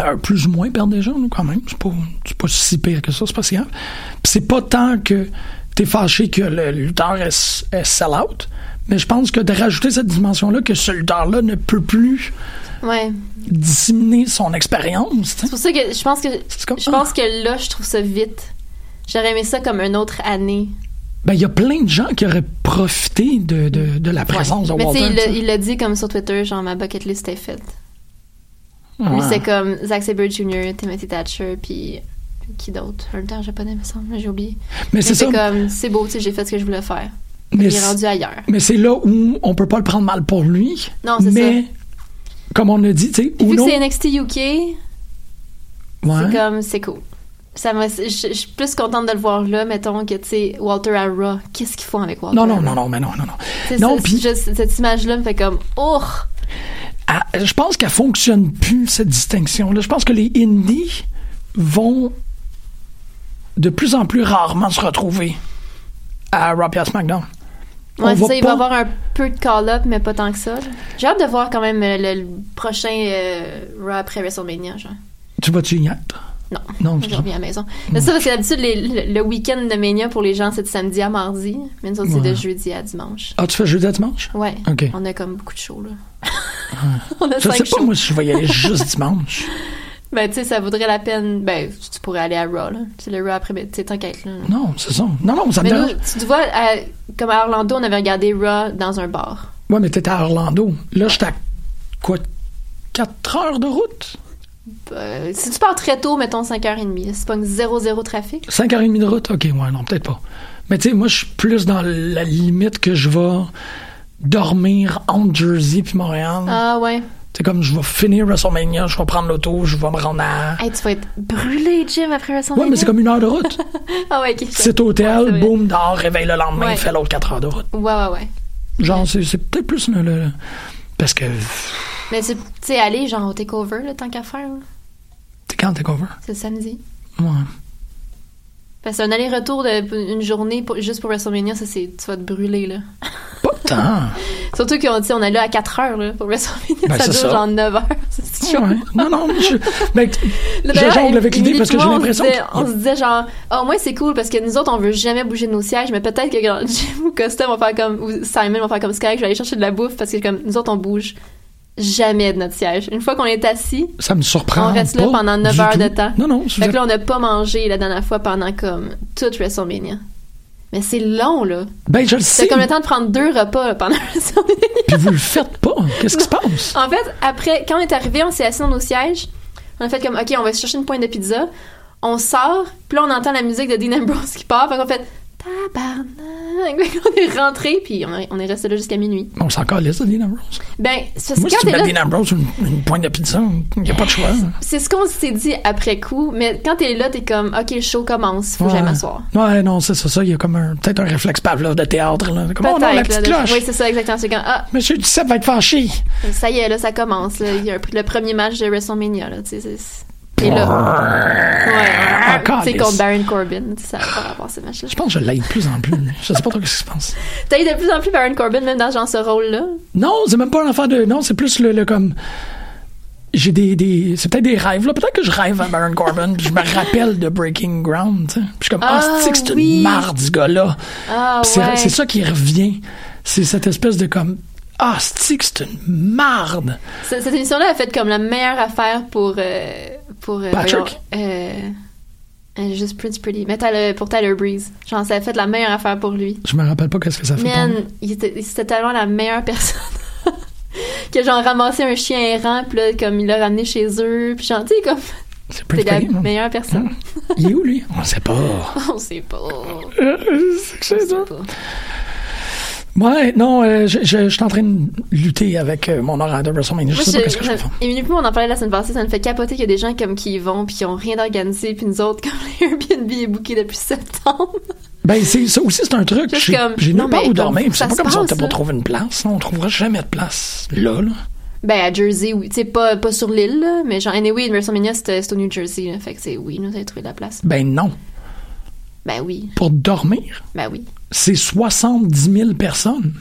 euh, plus ou moins perd des gens, là, quand même. C'est pas, c'est pas si pire que ça, c'est pas si grave. Puis c'est pas tant que t'es fâché que le lutteur est, est sell-out, mais je pense que de rajouter cette dimension-là, que ce lutteur-là ne peut plus Ouais. disséminer son expérience. tu C'est sais. pour ça que je pense que. Je pense que là, je trouve ça vite. J'aurais aimé ça comme une autre année. Ben, il y a plein de gens qui auraient profité de, de- de la présence de Mais tu Walter. sais, il l'a- tu sais. il l'a dit comme sur Twitter, genre ma bucket list est faite. Ouais. Lui, c'est comme Zack Sabre Jr., Timothy Thatcher, puis qui d'autre Un lutteur japonais, me semble, j'ai oublié. Mais c'est ça. comme, c'est beau, tu sais, j'ai fait ce que je voulais faire. Mais il est c'est- rendu ailleurs. Mais c'est là où on peut pas le prendre mal pour lui. Non, c'est mais, comme on a dit, tu sais, Puis vu Uno, que c'est NXT UK, ouais. c'est comme, c'est cool. Ça m'a- je, je suis plus contente de le voir là, mettons, que, tu sais, Walter à Raw. Qu'est-ce qu'ils font avec Walter? Non, non, non, non, mais non, non, non. C'est Non, ça, puis- c'est juste- cette image-là me fait comme, oh! Ah, je pense qu'elle fonctionne plus, cette distinction-là. Je pense que les indies vont de plus en plus rarement se retrouver à Raw puis à SmackDown. On Ouais, c'est va ça, il va pas- avoir un peu de call-up, mais pas tant que ça. là. J'ai hâte de voir quand même euh, le, le prochain euh, Raw après WrestleMania, genre. Tu vas-tu y être? Non, Non, Mm. c'est je ça. reviens à la maison. Mais ça, parce que d'habitude, les- le, le week-end de Mania pour les gens, c'est de samedi à mardi. Mais nous autres, c'est de Ouais. jeudi à dimanche. Ah, tu fais jeudi à dimanche? Ouais. OK. On a comme beaucoup de shows, là. Ouais. On a je sais cinq pas, shows. moi, si je vais y aller juste dimanche. Ben, tu sais, ça vaudrait la peine. Ben, tu pourrais aller à Raw, là. C'est le Raw après. Ben, tu sais, t'inquiète, là. Non, c'est ça. Non, non, ça me mais nous, dérange. tu te vois, à- comme à Orlando, on avait regardé Raw dans un bar. Ouais, mais t'étais à Orlando. Là, j'étais à quoi? 4 heures de route? Euh, si tu pars très tôt, mettons 5h30, là, c'est pas une 0-0 trafic. 5h30 de route? OK, ouais, non, peut-être pas. Mais tu sais, moi, je suis plus dans la limite que je vais dormir entre Jersey puis Montréal. Ah ouais. C'est comme, je vais finir WrestleMania, je vais prendre l'auto, je vais me rendre à... Hey, tu vas être brûlé, Jim, après WrestleMania. Ouais, mais c'est comme une heure de route. Ah ouais, ok. C'est hôtel, boum, dehors, réveille le lendemain, Ouais. fais l'autre 4 heures de route. Ouais, ouais, ouais. Genre, c'est c'est peut-être plus le... le- Parce que, tu Mais c'est- tu sais, aller genre au takeover, là, tant qu'à faire, là. sais, quand t'es cover? c'est le samedi. Ouais. Parce qu'un aller-retour d'une journée pour- juste pour WrestleMania, ça, c'est, tu vas te brûler, là. Pas tant. Surtout qu'on dit, on est là à 4 heures, là, pour WrestleMania. Ben, ça c'est dure ça. genre 9 heures. C'est chaud. Ouais. Non, non, mais je, ben, Là, je d'ailleurs, jongle avec l'idée parce que j'ai Émilie, l'impression que... on se disait- On se disait genre, ah, au moins c'est cool parce que nous autres, on veut jamais bouger de nos sièges, mais peut-être que quand Jim ou Costa vont faire comme, ou Simon vont faire comme Sky, je vais aller chercher de la bouffe parce que comme nous autres, on bouge jamais de notre siège. Une fois qu'on est assis, Ça me surprend on reste là pas pendant 9 du heures tout. de temps. Non, non. Fait que là, on n'a pas mangé la dernière fois pendant comme toute WrestleMania. Mais c'est long, là. Ben, je le sais. C'est comme le temps de prendre deux repas là, pendant WrestleMania. Puis vous le faites pas. Qu'est-ce qui se passe? En fait, après, quand on est arrivé, on s'est assis dans nos sièges. On a fait comme, OK, on va se chercher une pointe de pizza. On sort, puis là, on entend la musique de Dean Ambrose qui part. Fait qu'on fait, tabarnak. on est rentré, puis on, est- on est resté là jusqu'à minuit. On s'en calisse de Dean Ambrose. Ben, c'est Moi, si quand tu t'es mets là- Dean Ambrose une, une pointe de pizza, il n'y a pas de choix. hein. C'est ce qu'on s'est dit après coup, mais quand t'es là, t'es comme, OK, le show commence, faut que Ouais. j'aille m'asseoir. Ouais, non, c'est ça, ça. Il y a comme un, peut-être un réflexe Pavlov de théâtre. Là. Comme, oh non, Peut-être, la là, petite de- cloche. Oui, c'est ça, exactement. C'est quand, ah, Monsieur Duceppe va être fâché. ça y est, là, ça commence. là. Il y a un- le premier match de WrestleMania, là, tu sais. c'est- Et là. Ouais. Ah, C'est câlisse. contre Baron Corbin, tu sais, ça n'a pas rapport à ce match-là. Je pense que je l'aide de plus en plus. Je sais pas trop ce qui se passe. T'as eu de plus en plus Baron Corbin, même dans genre ce rôle-là. Non, c'est même pas un enfant de. Non, c'est plus le, le comme. J'ai des. des c'est peut-être des rêves, là. Peut-être que je rêve à Baron Corbin, puis je me rappelle de Breaking Ground, tu sais. Puis je suis comme, ah, Ah, c'est que c'est oui. une marde, ce gars-là. Ah, Puis c'est- ouais. C'est ça qui revient. C'est cette espèce de comme. Ah, c'est que c'est une marde. Ce- Cette émission-là a fait comme la meilleure affaire pour. euh, pour euh, Patrick? voyons, euh, euh, juste Pretty Pretty. Mais Tyler- pour Tyler Breeze. Genre, ça a fait la meilleure affaire pour lui. Je me rappelle pas qu'est-ce que ça fait. pour moi. Man, il était, il- c'était tellement la meilleure personne. que genre ramassé un chien errant, puis là, comme il l'a ramené chez eux, puis genre, tu sais, comme. Pretty t'es la Pretty, non? meilleure personne. Il est où, lui? On sait pas. On sait pas. c'est que c'est ça. Ouais, non, euh, je, je- je suis en train de lutter avec euh, mon horaire de WrestleMania. Je Moi, sais je, pas qu'est-ce que je je- vais faire. et minute, on en parlait la semaine passée, ça me fait capoter qu'il y a des gens comme qui y vont, puis qui ont rien organisé, puis nous autres, comme Airbnb est booké depuis septembre. Ben, c'est, ça aussi, c'est un truc. Juste J'ai, comme- j'ai non, nulle part mais où comme dormir. puis ça C'est pas se comme si on passe, n'était là. pas trouvé une place. On trouvera jamais de place là, là. Ben, à Jersey, oui. Tu sais, pas, pas sur l'île, là, mais genre, anyway, WrestleMania, c'était c'était au New Jersey, là, fait que c'est oui, nous avons trouvé de la place. Ben non. Ben oui, Pour dormir, ben oui. c'est 70 000 personnes.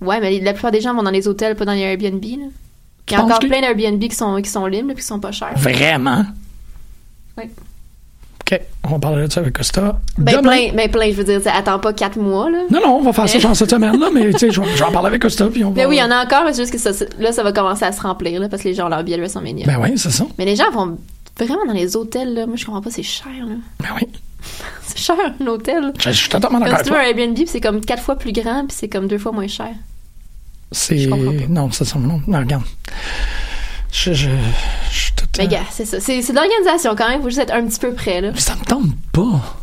Ouais, mais la plupart des gens vont dans les hôtels, pas dans les Airbnb. Là. Il y a penses encore que- plein d'Airbnb qui sont, qui sont libres et qui sont pas chers. Vraiment. Oui. OK, on parlera de ça avec Costa. Ben Demain- plein, ben plein, je veux dire, ça attend pas quatre mois. Là. Non, non, on va faire ça Mais- genre cette semaine-là, mais tu sais, je vais je vais en parler avec Costa. Puis on Ben va... oui, il y en a encore, mais c'est juste que ça, c'est- là, ça va commencer à se remplir là, parce que les gens ont leur billet de WrestleMania. Ben oui, c'est ça. Mais les gens vont vraiment dans les hôtels. Là. Moi, je comprends pas, c'est cher. Là. Ben oui. C'est cher, un hôtel. Je, je suis totalement Comme d'accord avec si tu veux ben, toi. un Airbnb, puis c'est comme quatre fois plus grand, puis c'est comme deux fois moins cher. C'est... Non, c'est ça. Non, non regarde. Je, je, je suis tout... euh, Mais gars, c'est ça. C'est c'est de l'organisation quand même, faut juste être un petit peu près. Là. Ça me tombe pas.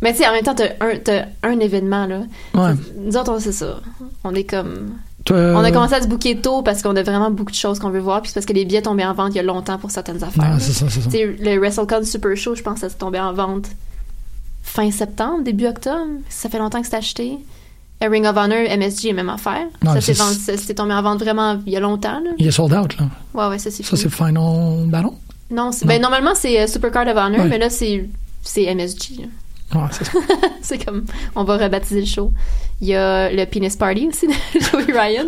Mais tu sais, en même temps, t'as un, t'as un événement. là. Ouais. Euh. Nous autres, on- c'est ça. On est comme. Toi- On a commencé à se booker tôt parce qu'on a vraiment beaucoup de choses qu'on veut voir, puis c'est parce que les billets tombaient en vente il y a longtemps pour certaines affaires. Ah, là. c'est ça, c'est ça. Tu sais, le WrestleCon Super Show, je pense que ça se tombait en vente fin septembre, début octobre. Ça fait longtemps que c'est acheté. A Ring of Honor, MSG, est même affaire. Non, ça mais s'est c'est- vendu- ça s'est tombé en vente vraiment il y a longtemps. Là. Il est sold out, là. Ouais, ouais, ça c'est Ça, fini. c'est Final Battle? Non, c'est- ben, normalement c'est euh, Supercard of Honor, Ouais. mais là c'est c'est MSG. là. Ouais, c'est ça. c'est comme, on va rebaptiser le show. Il y a le Penis Party aussi de Joey Ryan.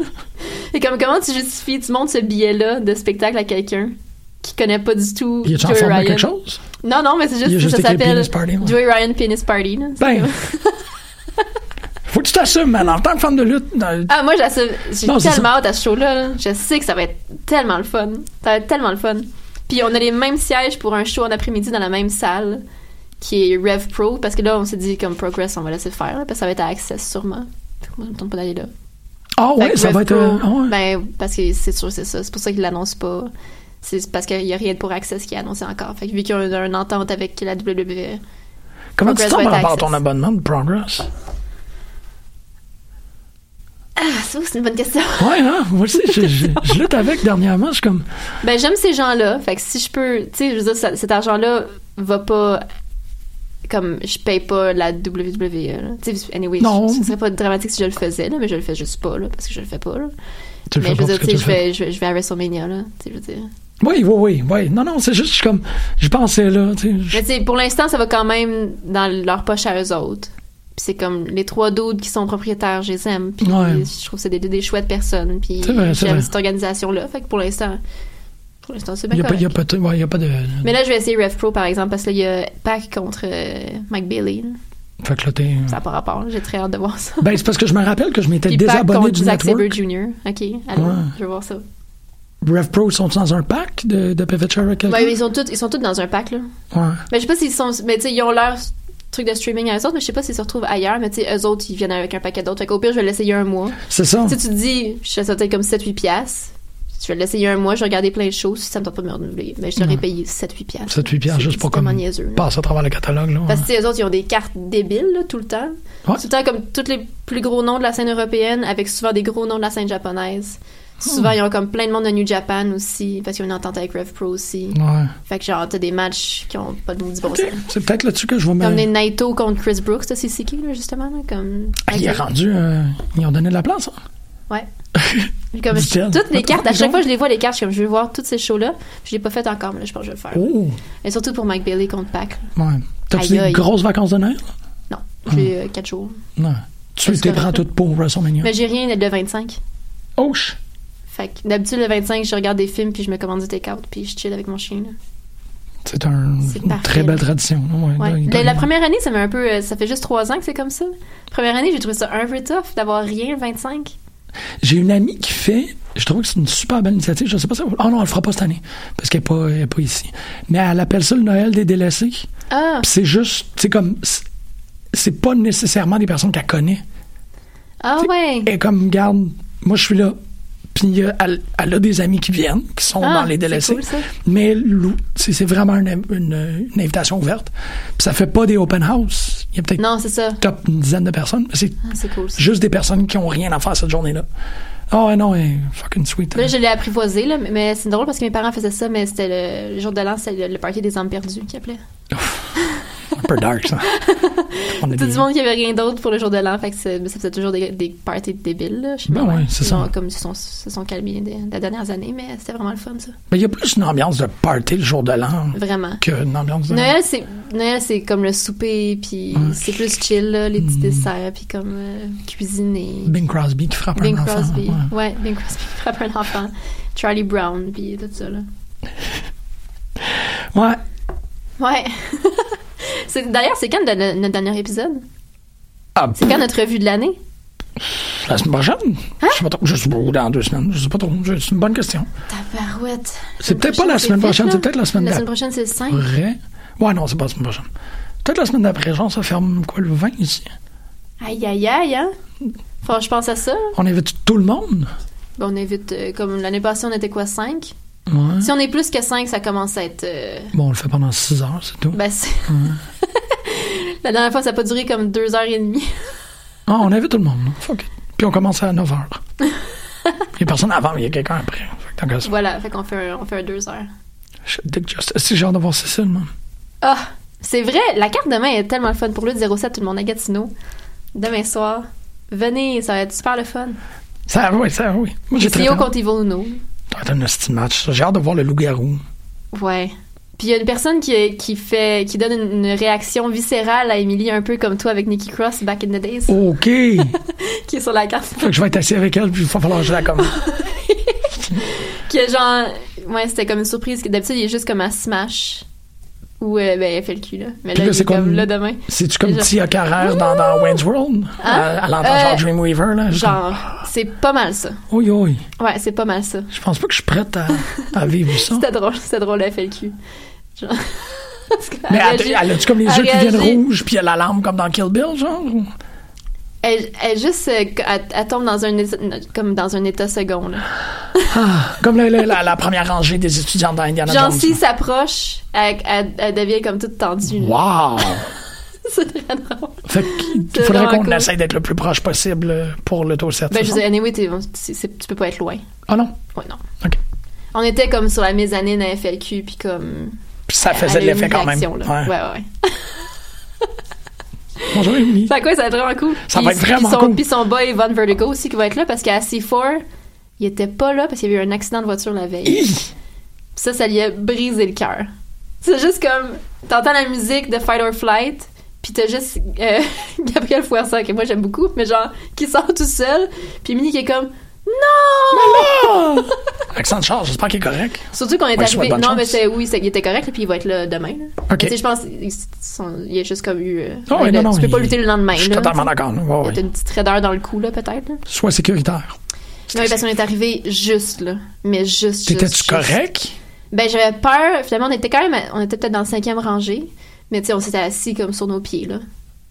Et comme, comment tu justifies, tu montres ce billet-là de spectacle à quelqu'un qui connaît pas du tout Il est-tu en Joey forme de Ryan? quelque chose? Non, non, mais c'est Il y a juste, juste ça écrit s'appelle Penis Party, ouais. Joey Ryan Penis Party. là. C'est Ben. comme- Faut que tu t'assumes, man. En tant que femme de lutte, euh, dans- Ah, moi, j'assume- j'ai Non, c'est tellement hâte à ce show-là. là. Je sais que ça va être tellement le fun. Ça va être tellement le fun. Puis on a les mêmes sièges pour un show en après-midi dans la même salle qui est Rev Pro parce que là, on s'est dit comme Progress, on va laisser faire là, parce que ça va être à Access sûrement. Fait que Moi, je me tente pas d'aller là. Ah Fait ouais, que ça Rev va être, Pro, euh, ah ouais. Ben, parce que c'est sûr, c'est ça. C'est pour ça qu'ils l'annoncent pas. C'est parce qu'il y a rien pour Access qui est annoncé encore. Fait que vu qu'ils ont une, une entente avec la WWE. comment tu Progress te sens va par être rapport à Access. ton abonnement de Progress? Ah, ça, c'est une bonne question. Ouais, hein? Moi aussi, je, je- je lutte avec dernièrement. Je suis comme. Ben, j'aime ces gens-là. Fait que si je peux, tu sais, je veux dire, ça- cet argent-là va pas. Comme je paye pas la WWE. là. Tu sais, anyway, Non. je- ce serait pas dramatique si je le faisais, là, mais je le fais juste pas, là, parce que je le fais pas. Là. Tu le mais fais je veux pas parce dire, que tu tu sais, je le vais, je, vais, je vais à WrestleMania, là. Tu sais, je veux dire. Oui, oui, oui, oui. Non, non, c'est juste, je suis comme. Je pensais là, tu sais. je- Mais tu sais, pour l'instant, ça va quand même dans leur poche à eux autres. Puis c'est comme les trois d'autres qui sont propriétaires, je les aime. Puis Ouais. je trouve que c'est des, des chouettes personnes. Puis C'est vrai, c'est j'aime vrai. cette organisation-là. Fait que pour l'instant, pour l'instant, c'est Il n'y bien a, pas- correct. il y a pas de- ouais, il y a pas de. Mais là, je vais essayer Rev Pro, par exemple, parce que là, il y a Pac contre euh, Mike Bailey. là. Fait que là, t'es. Ça n'a pas rapport. là. J'ai très hâte de voir ça. Ben, c'est parce que je me rappelle que je m'étais Puis Pac désabonné contre du Zack Sabre network. Jr. OK, allez, Ouais. je vais voir ça. Rev Pro, ils sont dans un pack de, de PVCR à quelqu'un? Ouais, mais ils, sont tous, ils sont tous dans un pack, là. Ouais. Mais je sais pas s'ils sont... Mais tu sais, ils ont leur truc de streaming à eux autres, mais je sais pas s'ils se retrouvent ailleurs. Mais tu sais, eux autres, ils Oh. viennent avec un paquet d'autres. Fait qu'au pire, je vais l'essayer un mois. C'est ça. Si tu te dis, je fais ça peut-être comme 7-8 piastres. Je vais le laisser un mois, je vais regarder plein de choses. Si ça me tente pas de me renouveler, mais je t'aurais Ouais. payé 7-8 piastres. 7-8 piastres, C'est- juste pour c'est tellement comme niaiseux, là. passer à travers le catalogue. Là, Parce que les autres, ils ont des cartes débiles là, tout le temps. Tout le temps, comme tous les plus gros noms de la scène européenne, avec souvent des gros noms de la scène japonaise. Souvent, Hmm. ils ont comme plein de monde de New Japan aussi, parce qu'ils ont une entente avec Rev Pro aussi. Ouais. Fait que genre, t'as des matchs qui ont pas de maudit bon Ok, sens. C'est peut-être là-dessus que je vais me... Comme les Naito contre Chris Brooks de CCK, là, justement. là, comme... Ah, il est rendu... euh, ils ont donné de la place, hein? Ouais. comme je- Dit-elle. toutes les cartes, à Ils ont- chaque fois que je les vois, les cartes, je, suis comme, je veux voir tous ces shows-là. Je l'ai pas fait encore, mais là, je pense que je vais le faire. Oh! Et surtout pour Mike Bailey contre Pac. là. Ouais. T'as-tu Aïe, des aïe. grosses vacances de Noël? Non, Hmm. j'ai 4 jours. Non. Tu Parce t'es que- prends tout pour WrestleMania. Oh, Mais j'ai rien le 25. Ouch! Fait que d'habitude, le 25, je regarde des films, puis je me commande du take-out, puis je chill avec mon chien. là. C'est un- C'est une parfait, très belle là. tradition. là, ouais. Ouais. Là, il La, la donne- première année, ça m'a un peu. euh, Ça fait juste trois ans que c'est comme ça. Première année, j'ai trouvé ça un peu tough d'avoir rien le 25. J'ai une amie qui fait. Je trouve que c'est une super belle initiative. Je sais pas si. Oh non, elle le fera pas cette année. Parce qu'elle est pas, elle est pas ici. Mais elle appelle ça le Noël des délaissés. Ah! Puis C'est juste. C'est comme. c'est- C'est pas nécessairement des personnes qu'elle connaît. Ah ouais! Elle est comme, garde, moi je suis là. Puis euh, elle, elle a des amis qui viennent, qui sont Ah, dans les c'est délaissés. cool, ça. Mais l'ou- c'est c'est vraiment une, une- une invitation ouverte. Puis ça fait pas des open house. Il y a peut-être Non, c'est ça. top une dizaine de personnes. mais C'est Ah, c'est cool ça. juste des personnes qui ont rien à faire cette journée-là. Ah ouais, non, elle est fucking sweet. Là, je l'ai apprivoisé, là, mais- mais c'est drôle parce que mes parents faisaient ça, mais c'était le, le jour de l'an, c'était le, le party des âmes perdues qui appelait. Un peu dark, ça. On a Tout des- du monde qui avait rien d'autre pour le jour de l'an, fait que c'est- mais ça faisait toujours des, des parties de débiles, là, chez Ben ma mère. ouais, c'est Ils ça. ont comme, se sont, se sont calmés des, des dernières années, mais c'était vraiment le fun, ça. Mais il y a plus une ambiance de party le jour de l'an Vraiment. que une ambiance de. Noël, c'est Noël, c'est comme le souper, puis c'est plus chill, là, les Hmm. petits desserts, puis comme euh, cuisiner. Bing Crosby qui frappe Bing un enfant. Crosby. ouais. Ouais. Bing Crosby qui frappe un enfant. Charlie Brown, puis tout ça, là. Ouais. Ouais. C'est- D'ailleurs, c'est quand le- le- notre dernier épisode? Ah, C'est quand notre revue de l'année? La semaine prochaine? Hein? Je sais pas trop. Je sais pas, ou dans deux semaines. Je sais pas trop. Je- C'est une bonne question. Tabarouette. C'est peut-être pas la semaine prochaine, c'est peut-être la semaine La d'après. semaine prochaine, c'est le 5. Vrai? Ouais, non, c'est pas la semaine prochaine. Peut-être la semaine d'après, genre, ça ferme quoi, le 20 ici? Aïe, aïe, aïe, hein? Faut que je pense à ça. On invite tout le monde? Bon, on évite, euh, comme l'année passée, on était quoi, 5? Ouais. Si on est plus que 5, ça commence à être... euh, Bon, on le fait pendant 6 heures, c'est tout. Ben, c'est- la dernière fois, ça a pas duré comme deux heures et demie. Ah, on invite tout le monde, là. Fuck it. Puis on commence à 9 heures. il y a personne avant, mais il y a quelqu'un après. Fait que tant qu'à ça. Voilà, fait qu'on fait, un- on fait un deux heures. Je- Dick Justice. C'est genre d'avoir Cécile, man. Ah, c'est vrai, la carte demain est tellement le fun pour le 07, tout le monde à Gatineau. Demain soir, venez, ça va être super le fun. Ça, oui, ça, oui. Moi, j'ai Les très CEO hâte. contre Evil Uno. Ça va être un hostie de match. ça. J'ai hâte de voir le loup-garou. Ouais. Puis il y a une personne qui, qui fait qui donne une, une réaction viscérale à Emily, un peu comme toi avec Nikki Cross back in the days, OK. fait qui est sur la carte. que je vais être assis avec elle, puis il va falloir que je la commande. qui est genre. Ouais, c'était comme une surprise. que D'habitude, il est juste comme à Smash. Ou, euh, ben, elle fait le cul, là. Mais Puis là, là, il c'est est comme, comme- là demain. C'est-tu comme Genre- Tia Carrère dans, dans Wayne's World? Hein? À, à l'entend Euh, genre Dreamweaver, là? juste Genre, c'est pas mal ça. comme, Oui, oui. Ouais, c'est pas mal ça. Je pense pas que je suis prête à, à vivre ça. C'était drôle, c'était drôle, elle fait le cul. Genre. Parce qu'elle Mais elle, réagit- elle a-tu comme les yeux elle qui viennent réagit- rouges, puis elle a la larme comme dans Kill Bill, genre? ou- Elle, elle juste, euh, elle, elle tombe dans un, état- comme dans un état second, là. Ah, comme la, la- la- la première rangée des étudiants dans Indiana Genre, Jones. si s'approche, elle, elle- elle devient comme toute tendue. là. Wow! c'est très drôle. fait qu'il C'est faudrait vraiment qu'on cool. essaye d'être le plus proche possible euh, pour l'auto-7. Ben, je disais, anyway, t'es- c'est- c'est- tu peux pas être loin. Ah non? Ouais, non. OK. On était comme sur la mezzanine à FLQ, puis comme. Puis ça faisait elle de a eu l'effet une quand même. réaction, là. Ouais, ouais, ouais. Bonjour, Émilie. Fait quoi, ça va être vraiment cool. Ça Puis- va être vraiment puis son, cool. Puis son boy Von Vertigo aussi qui va être là parce qu'à C4, il était pas là parce qu'il y avait eu un accident de voiture la veille. Puis ça, ça lui a brisé le cœur. C'est juste comme, t'entends la musique de Fight or Flight, puis t'as juste euh, Gabriel Foursin, que moi j'aime beaucoup, mais genre, qui sort tout seul, puis Minnie qui est comme, non! Accent de charge, j'espère qu'il est correct. Surtout qu'on est Ouais, je arrivé. souhaite bonne Non, mais chance. c'est- oui, c'est- il était correct, là, puis il va être là demain. là. Ok. Mais tu sais, je pense il- son- il a juste comme eu. euh, Ah ouais, là, non, non, tu peux pas il- lutter le lendemain. Je suis là, totalement tu sais. d'accord. là. Ouais, Il y a ouais. une petite raideur dans le cou, là, peut-être. là. Sois sécuritaire. Non, mais parce qu'on est arrivé juste, là. Mais juste, juste, T'étais-tu juste. correct? Ben, j'avais peur. Finalement, on était quand même... à- On était peut-être dans le cinquième rangée. Mais, tu sais, on s'était assis comme sur nos pieds, là.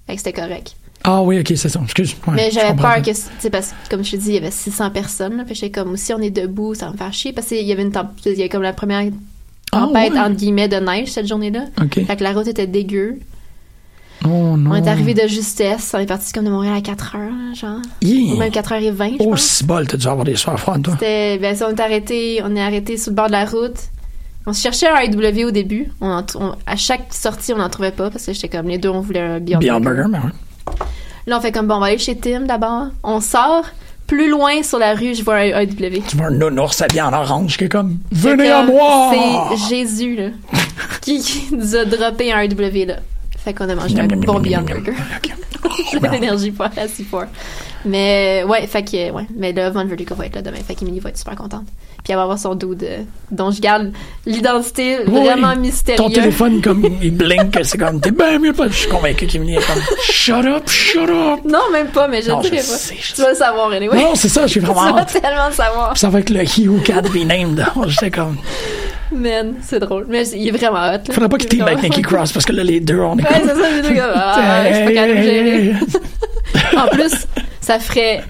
Fait que c'était correct. Ah oui, ok, c'est ça. Excuse. ouais, mais je j'avais comprends. peur que, tu sais, parce que, comme je te dis, il y avait 600 personnes. Là, fait que j'étais comme, si on est debout, ça va me faire chier. Parce qu'il y avait une temp- il y avait comme la première Ah, tempête, ouais. entre guillemets, de neige cette journée-là. Ok. Fait que la route était dégueu. Oh non. On est arrivé de justesse. On est parti comme de Montréal à 4 heures, là, genre. Yeah. Ou même 4h20, je Oh, pense. si bol, t'as dû avoir des soirs froides, toi. C'était, ben, ça, on est arrêté, on est arrêté sur le bord de la route. On se cherchait un IW au début. On en t- on- à chaque sortie, on n'en trouvait pas parce que j'étais comme les deux, on voulait un Beyond, Beyond Burger. Burger, mais ouais. Là, on fait comme bon, on va aller chez Tim d'abord. On sort. Plus loin sur la rue, je vois un IW. Tu vois un nounours habillé en orange qui est comme C'est Venez à comme- moi! C'est Jésus, là, qui, qui nous a droppé un IW, là. Fait qu'on a mangé un Miam, miam, bon miam, Beyond miam, Burger. J'ai d'énergie pas assez fort. Mais ouais, fait que, ouais. Mais là, Von Verdugo va être là demain. Fait qu'Emilie va être super contente. Puis elle va avoir son dude, euh, dont je garde l'identité vraiment Oui, mystérieuse. Ton téléphone, comme, il blink, c'est comme, t'es bien mieux pas. Je suis convaincu qu'il me dit, comme, shut up, shut up! Non, même pas, mais je Non, ne je dirais pas. sais, tu vas le savoir, anyway. Non, c'est ça, j'ai vraiment Tu vas hâte. tellement le savoir. Puis ça va être le He Who Can't Be Named. Oh, J'étais comme, Man, c'est drôle. Mais il est vraiment hot. là. faudrait pas qu'il Il est team avec vraiment- Nikki Cross parce que là, les deux, on est Ouais, comme. c'est ça, j'ai dit comme, ah, je suis pas capable de gérer. En plus, ça ferait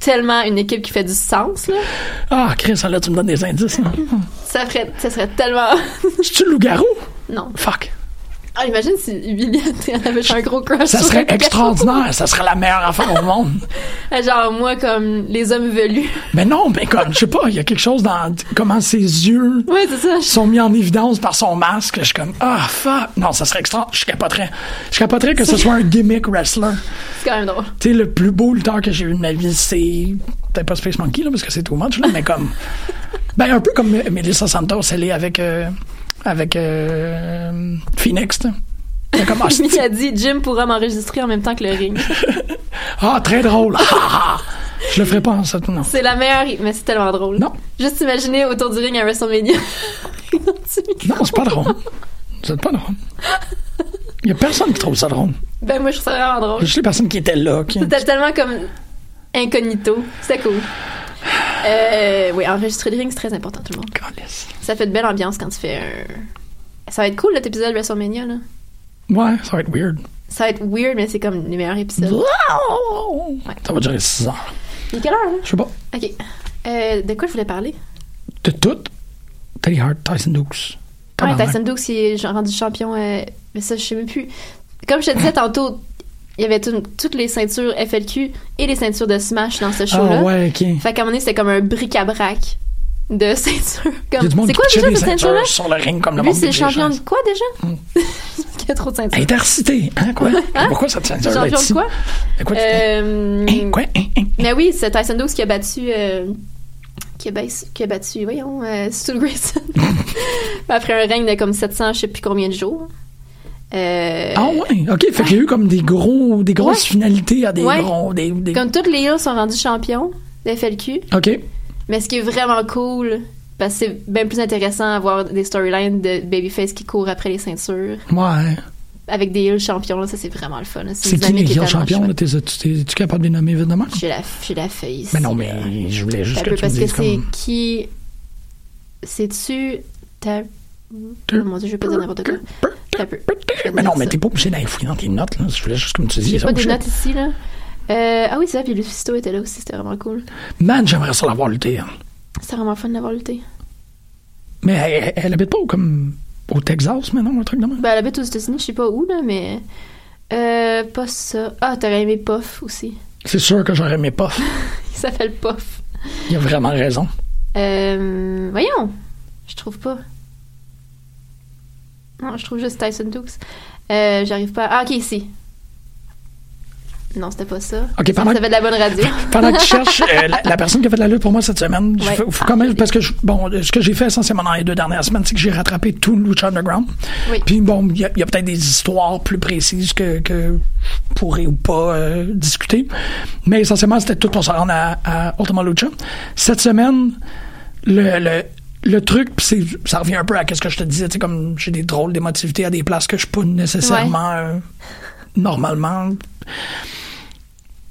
tellement une équipe qui fait du sens, là. Ah, Chris, là, tu me donnes des indices. là. Ça ferait, ça serait tellement. C'est-tu le loup-garou? non. Fuck. Ah, imagine si Emilia elle avait un gros crush. Ça sur serait un gars. extraordinaire. Ça serait la meilleure affaire au monde. Genre, moi, comme les hommes velus. Mais non, mais comme, je sais pas, il y a quelque chose dans comment ses yeux Ouais, c'est ça. sont mis en évidence par son masque. Je suis comme, ah, fuck. Non, ça serait extra. Je capoterais. Je capoterais que ce soit un gimmick wrestler. C'est quand même drôle. Tu sais, le plus beau lutteur que j'ai eu de ma vie, c'est. Peut-être pas Space Monkey, là, parce que c'est too much, là, mais comme. Ben, un peu comme euh, Melissa Santos, elle est avec. euh, avec. euh, Phoenix, tu sais. C'est comme, ah, Emilia a dit Jim pourra m'enregistrer en même temps que le ring. Ah, très drôle. Ah, ah. je le ferai pas en ça, non. C'est la meilleure, mais c'est tellement drôle. Non. Juste imaginer autour du ring à WrestleMania. Non, c'est pas drôle. C'est pas drôle. Il y a personne qui trouve ça drôle. ben, moi, je trouve ça vraiment Il y drôle. a juste les personnes qui étaient là. Qui... C'était tellement comme incognito. C'était cool. Euh, oui, enregistrer le ring, c'est très important, tout le monde. Ça fait de belle ambiance quand tu fais un... Ça va être cool, cet épisode de WrestleMania, là. Ouais, ça va être weird. Ça va être weird, mais c'est comme les meilleurs épisodes. Wow! Ouais. Ça va durer 6 heures. Il est quelle heure, là? Je sais pas. OK. Euh, de quoi je voulais parler? De tout, Teddy Hart, Tyson Dukes. Ah, Tabarnak. Tyson Dukes, il est genre rendu champion. euh, mais ça, je sais même plus. Comme je te disais tantôt, il y avait tout- toutes les ceintures FLQ et les ceintures de Smash dans ce show-là. Ah ouais, ok. Fait qu'à un moment donné, c'était comme un bric-à-brac de ceintures. Il y a Comme, du monde c'est qui quoi pitchait déjà des cette ceinture-là? ceintures sur le ring comme le Lui, monde c'est le pitche les champion de chaises. quoi déjà? Mm. il y a trop de ceintures. Intercité, hein, quoi? Hein? Pourquoi cette C'est ceinture-là champion de ici? quoi? De quoi tu- Euh, Hein, quoi? Hein, hein? Mais oui, c'est Tyson Dukes qui a battu. euh, qui, a bas- qui a battu, voyons, euh, Stu Grayson. Après un règne de comme 700, je sais plus combien de jours. Euh, Ah ouais, ok. Fait qu'il y a eu comme des gros, des grosses Ouais. finalités à des Ouais. gros, des, des- Comme toutes les îles sont rendus champions de FLQ. Ok. Mais ce qui est vraiment cool, parce que c'est bien plus intéressant à voir des storylines de Babyface qui court après les ceintures. Ouais. Avec des îles champions, là, ça c'est vraiment le fun. là. euh, C'est une qui les dynamique qui est grands tellement champions? chouette. là? T'es- t'es- Es-tu capable de les nommer évidemment? J'ai la, j'ai la feuille ici. Mais non, mais je voulais juste Un que peu, tu me parce que dises c'est comme... qui. C'est-tu. ta- Oh mon dieu, je vais pas dire n'importe quoi. T'as peu. Mais non, mais t'es pas obligé d'aller fouiller dans tes notes, là. Je voulais juste comme tu dis. J'ai ça, pas oh, des shit. notes ici, là. Euh, ah oui, c'est ça, puis Lufisto était là aussi, c'était vraiment cool. Man, j'aimerais ça l'avoir lutté. hein. C'était vraiment fun d'avoir lutté. Mais elle, elle habite pas au- comme au Texas maintenant, un truc de même. Ben, elle habite aux États-Unis, je sais pas où, là, mais. Euh, pas ça. Ah, t'aurais aimé Puff aussi. C'est sûr que j'aurais aimé pas. Il s'appelle Puff. Il a vraiment raison. Euh, voyons, je trouve pas. Non, je trouve juste Tyson Dukes. Euh, J'arrive pas. Ah, ok, ici. Non, c'était pas ça. Ok, ça, pendant ça que- fait de la bonne radio. Pendant que je cherche euh, la, la personne qui a fait de la lutte pour moi cette semaine, je Ouais. Ah, fais- faut quand même- parce que je- bon, ce que j'ai fait essentiellement dans les deux dernières semaines, c'est que j'ai rattrapé tout le Lucha Underground. Oui. Puis bon, il y a, il y a peut-être des histoires plus précises que, que je pourrais ou pas euh, discuter. Mais essentiellement, c'était tout pour se rendre à, à Ultima Lucha. Cette semaine, le, le, le truc, puis c'est, ça revient un peu à ce que je te disais, tu sais, comme j'ai des drôles d'émotivité à des places que je suis pas nécessairement euh, normalement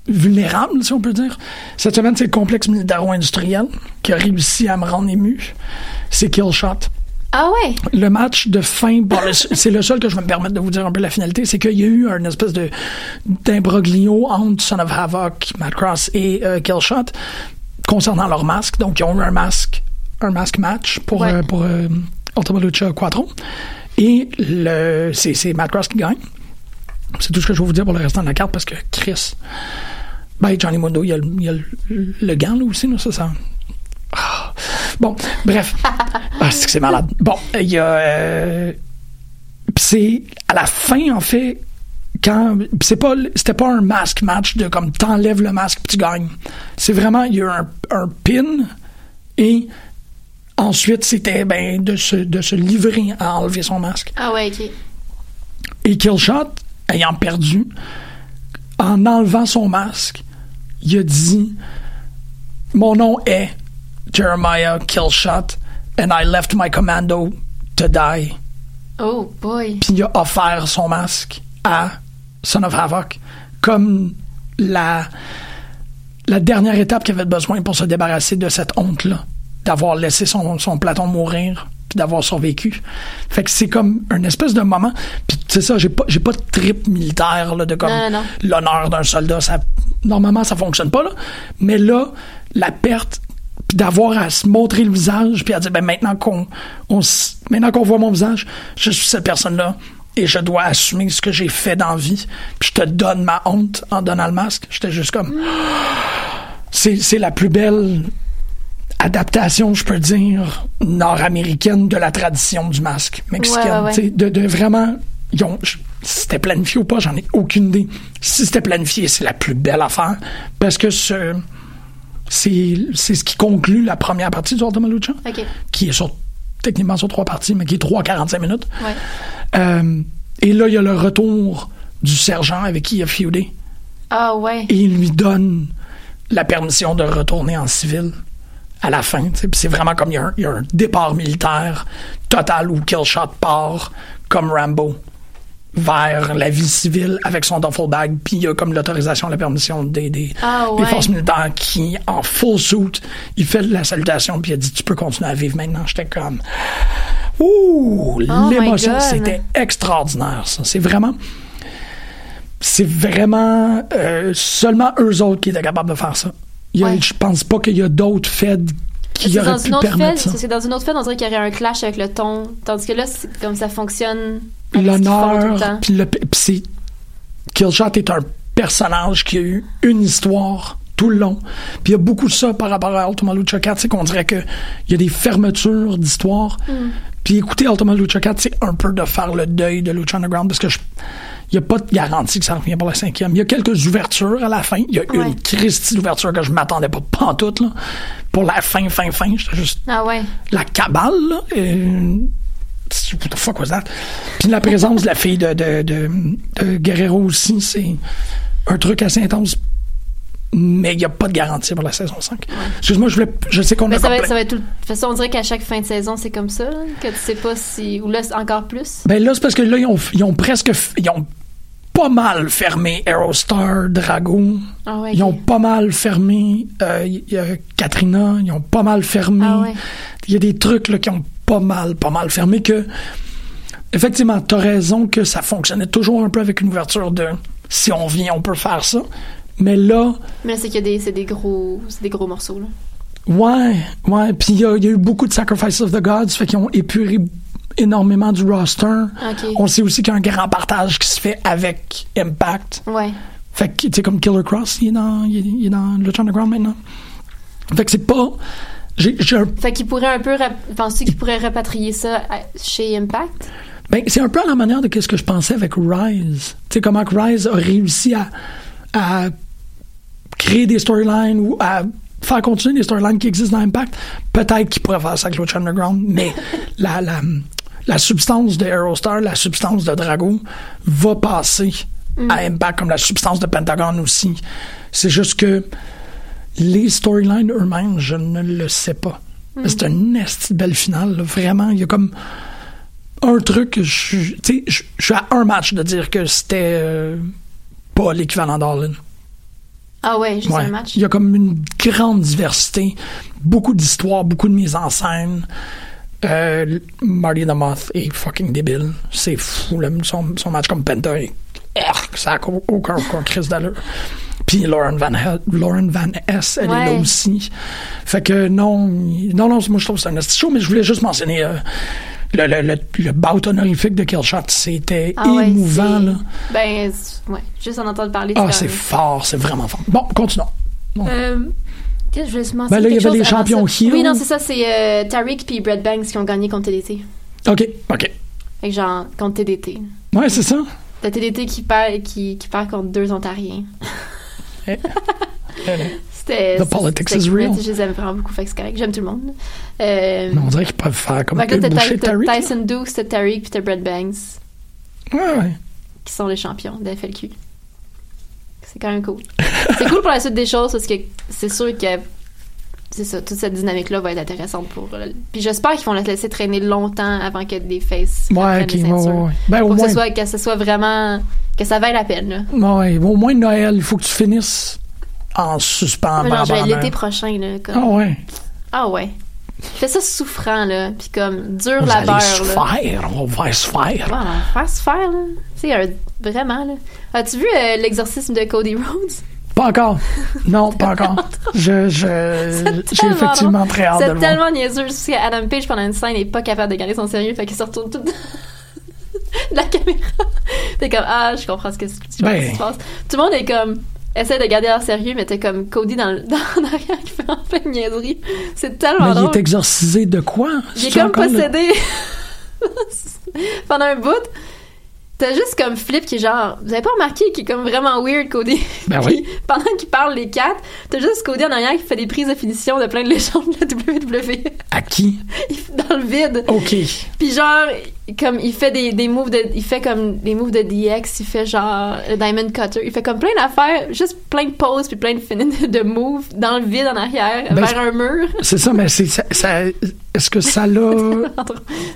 vulnérable, si on peut dire. Cette semaine, c'est le complexe militaro-industriel qui a réussi à me rendre ému. C'est Killshot. Ah ouais? Le match de fin, bon, le- c'est le seul que je vais me permettre de vous dire un peu la finalité, c'est qu'il y a eu un espèce de d'imbroglio entre Son of Havoc, Matt Cross et euh, Killshot concernant leur masque. Donc, ils ont eu un masque, un masque match pour, euh, pour euh, Ultima Lucha Quattro. Et le, c'est, c'est Matt Cross qui gagne. C'est tout ce que je vais vous dire pour le restant de la carte parce que Chris. Ben, Johnny Mundo, il y a, le- il y a le, le gant là aussi, là, ça, ça. Ah. Bon, bref. Ah, c'est que c'est malade. Bon, il y a. euh, pis c'est à la fin, en fait, quand. pis c'est pas, c'était pas un masque match de comme t'enlèves le masque pis tu gagnes. C'est vraiment, il y a eu un, un pin et ensuite c'était ben, de, se, de se livrer à enlever son masque. Ah ouais, ok. Et Killshot, ayant perdu, en enlevant son masque, il a dit Mon nom est Jeremiah Killshot, and I left my commando to die. Oh boy. Puis il a offert son masque à Son of Havoc comme la, la dernière étape qu'il avait besoin pour se débarrasser de cette honte-là, d'avoir laissé son, son platon mourir puis d'avoir survécu. Fait que c'est comme une espèce de moment. Puis c'est ça, j'ai pas, j'ai pas de trip militaire là, de comme Non, non. l'honneur d'un soldat. Ça, normalement, ça fonctionne pas. Là. Mais là, la perte puis d'avoir à se montrer le visage puis à dire ben maintenant qu'on on s- maintenant qu'on voit mon visage je suis cette personne là et je dois assumer ce que j'ai fait dans la vie puis je te donne ma honte en donnant le masque j'étais juste comme c'est c'est la plus belle adaptation, je peux dire, nord-américaine de la tradition du masque mexicaine. Ouais, ouais, ouais. Tu sais, De, de vraiment. ils ont- je- si c'était planifié ou pas, j'en ai aucune idée. Si c'était planifié, c'est la plus belle affaire. Parce que ce. C'est c'est ce qui conclut la première partie du Ultima Lucha, Ok. qui est sur, techniquement sur trois parties, mais qui est 3-45 minutes. Ouais. Euh, et là, il y a le retour du sergent avec qui il a feudé Ah ouais. et il lui donne la permission de retourner en civil à la fin. tu sais. Puis C'est vraiment comme il y, a un, il y a un départ militaire total où Killshot part comme Rambo vers la vie civile avec son duffel bag, puis il y a comme l'autorisation, la permission des, des, Ah des ouais. forces militaires qui, en full suit, il fait la salutation, puis il a dit « Tu peux continuer à vivre maintenant. » J'étais comme... Ouh! Oh my L'émotion, God. c'était extraordinaire, ça. C'est vraiment c'est vraiment euh, seulement eux autres qui étaient capables de faire ça. Il y a- Je pense pas qu'il y a d'autres Fed qui C'est dans auraient pu une autre permettre fête, ça. parce que dans une autre fête, on dirait qu'il y aurait un clash avec le ton. Tandis que là, c'est comme ça fonctionne. avec ce qu'ils font tout le L'honneur, temps. puis le- puis c'est Killshot est un personnage qui a eu une histoire tout le long. Puis il y a beaucoup de ça par rapport à Ultima Lucha 4, c'est qu'on dirait que il y a des fermetures d'histoire. Mm. Puis écouter Ultima Lucha 4, c'est un peu de faire le deuil de Lucha Underground parce que je- il n'y a pas de garantie que ça revient pour la cinquième. Il y a quelques ouvertures à la fin. Il y a Ouais. une Christie d'ouverture que je m'attendais pas pantoute. Là. Pour la fin, fin, fin, j'étais juste Ah ouais. la cabale, là, euh, what the fuck was that? Puis la présence de la fille de, de, de, de Guerrero aussi, c'est un truc assez intense. Mais il n'y a pas de garantie pour la saison 5. Excuse-moi, je, voulais- je sais qu'on Mais a ça va, complet- être, ça va être tout. le- De toute façon, on dirait qu'à chaque fin de saison, c'est comme ça, là, que tu sais pas si. Ou là, c'est encore plus. Ben là, c'est parce que là, ils ont, ils ont presque. f- Ils ont pas mal fermé Aerostar, Drago. Ah ouais. Ils ont ok. pas mal fermé euh, y- y a Katrina, ils ont pas mal fermé. Ah ouais. Il y a des trucs là, qui ont pas mal, pas mal fermé que. Effectivement, t'as raison que ça fonctionnait toujours un peu avec une ouverture de si on vient, on peut faire ça. Mais là, Mais là, c'est qu'il y a des, c'est des gros, c'est des gros morceaux là. ouais, ouais. Puis il y, a il y a eu beaucoup de Sacrifice of the Gods, fait qu'ils ont épuré énormément du roster. Ok. On sait aussi qu'il y a un grand partage qui se fait avec Impact. Ouais. Fait que, tu sais, comme Killer Cross, il est dans, il est, il est dans Lucha Underground maintenant. Fait que c'est pas. J'ai, j'ai un- Fait qu'ils pourraient un peu. rap- Penses-tu qu'ils pourraient rapatrier ça à- chez Impact? ben, c'est un peu à la manière de ce que je pensais avec Rise. Tu sais, comment que Rise a réussi à, à créer des storylines ou à faire continuer des storylines qui existent dans Impact. Peut-être qu'il pourrait faire ça avec Lucha Underground, mais la, la, la substance de Aerostar, la substance de Drago va passer à Impact comme la substance de Pentagon aussi. C'est juste que les storylines eux-mêmes, je ne le sais pas. Mais C'est une esti de belle finale, là. vraiment. Il y a comme un truc, que je suis- tu sais, je je suis à un match de dire que c'était euh, pas l'équivalent d'All-In. Ah ouais, juste Ouais. un match. Il y a comme une grande diversité, beaucoup d'histoires, beaucoup de mise en scène. Euh, Marty the Moth est fucking débile. C'est fou. le- son, son match comme Penta est. Erk, Ça n'a aucun, aucun, aucun crise d'allure. Puis Lauren Van, Hel- Lauren Van S, elle est là Ouais. aussi. Fait que non, il- non, non, moi je trouve que c'est un esti show, mais je voulais juste mentionner euh, le, le, le, le bout honorifique de Killshot. C'était Ah ouais, émouvant, là. Ben, c'est- ouais, juste en entendre parler. Ah, quand c'est même- fort, c'est vraiment fort. Bon, continuons. Euh, qu'est-ce que je voulais juste Ben mentionner là, il y quelque avait les chose avant champions ça. heel. Oui, non, c'est ça, c'est euh, Tariq puis Brett Banks qui ont gagné contre TDT. OK, OK. Fait que genre, contre TDT. Ouais, c'est ça. La TDT qui perd, qui, qui perd contre deux Ontariens. C'était. The c'était- politics c'était is correct, real. Je les aime vraiment beaucoup, fait que c'est correct. J'aime tout le monde. Euh, Mais on dirait qu'ils peuvent faire comme fait que là, eux, t'as boucher Ty- t'as Tariq. là. Tyson Dukes, t'as Tariq puis t'as Brett Banks Ouais, ouais. qui sont les champions de FLQ. C'est quand même cool. c'est cool pour la suite des choses parce que c'est sûr que c'est ça, toute cette dynamique-là va être intéressante pour. euh, Puis j'espère qu'ils vont la laisser traîner longtemps avant que des faces. Ouais, prennent les ok, ouais, ceintures. ouais, ouais. Ben, au pour que moins. ce soit que ce soit vraiment que ça vaille la peine. Là. Ouais, au moins Noël, il faut que tu finisses en suspens. Moi, genre, bam, je vais bam, ben, l'été bam. prochain là. Comme... ben, Ah ouais. Ah ouais. Fais ça souffrant là, puis comme dur Vous labeur allez là. souffrir, on va souffrir. Ouais, on va faire se faire là. Tu sais, un- vraiment là. As-tu vu euh, l'exorcisme de Cody Rhodes? Pas encore. Non, pas encore. Je, je, j'ai Tellement effectivement drôle. très hâte de C'est le voir. tellement niaiseux parce qu'Adam Page pendant une scène n'est pas capable de garder son sérieux, fait qu'il se retourne tout de la caméra. T'es comme ah, je comprends ce que je comprends ce Ben. qui se passe. Tout le monde est comme essaie de garder leur sérieux, mais t'es comme Cody dans, le- dans l'arrière qui fait en pleine niaiserie. C'est tellement Mais drôle. il est exorcisé de quoi? Il est C'est comme encore le- possédé pendant un bout. T'as juste comme Flip qui est genre. Vous avez pas remarqué qu'il est comme vraiment weird, Cody? Ben Puis, Pendant qu'il parle les quatre, t'as juste Cody en arrière qui fait des prises de finition de plein de légendes de la WWE À qui? dans le vide. OK. Puis genre, comme il fait des, des moves de. Il fait comme des moves de DX, il fait genre le Diamond Cutter, il fait comme plein d'affaires, juste plein de poses puis plein de, fin- de moves dans le vide en arrière, Ben, vers un mur. C'est ça, mais c'est, ça, ça- est-ce que ça l'a.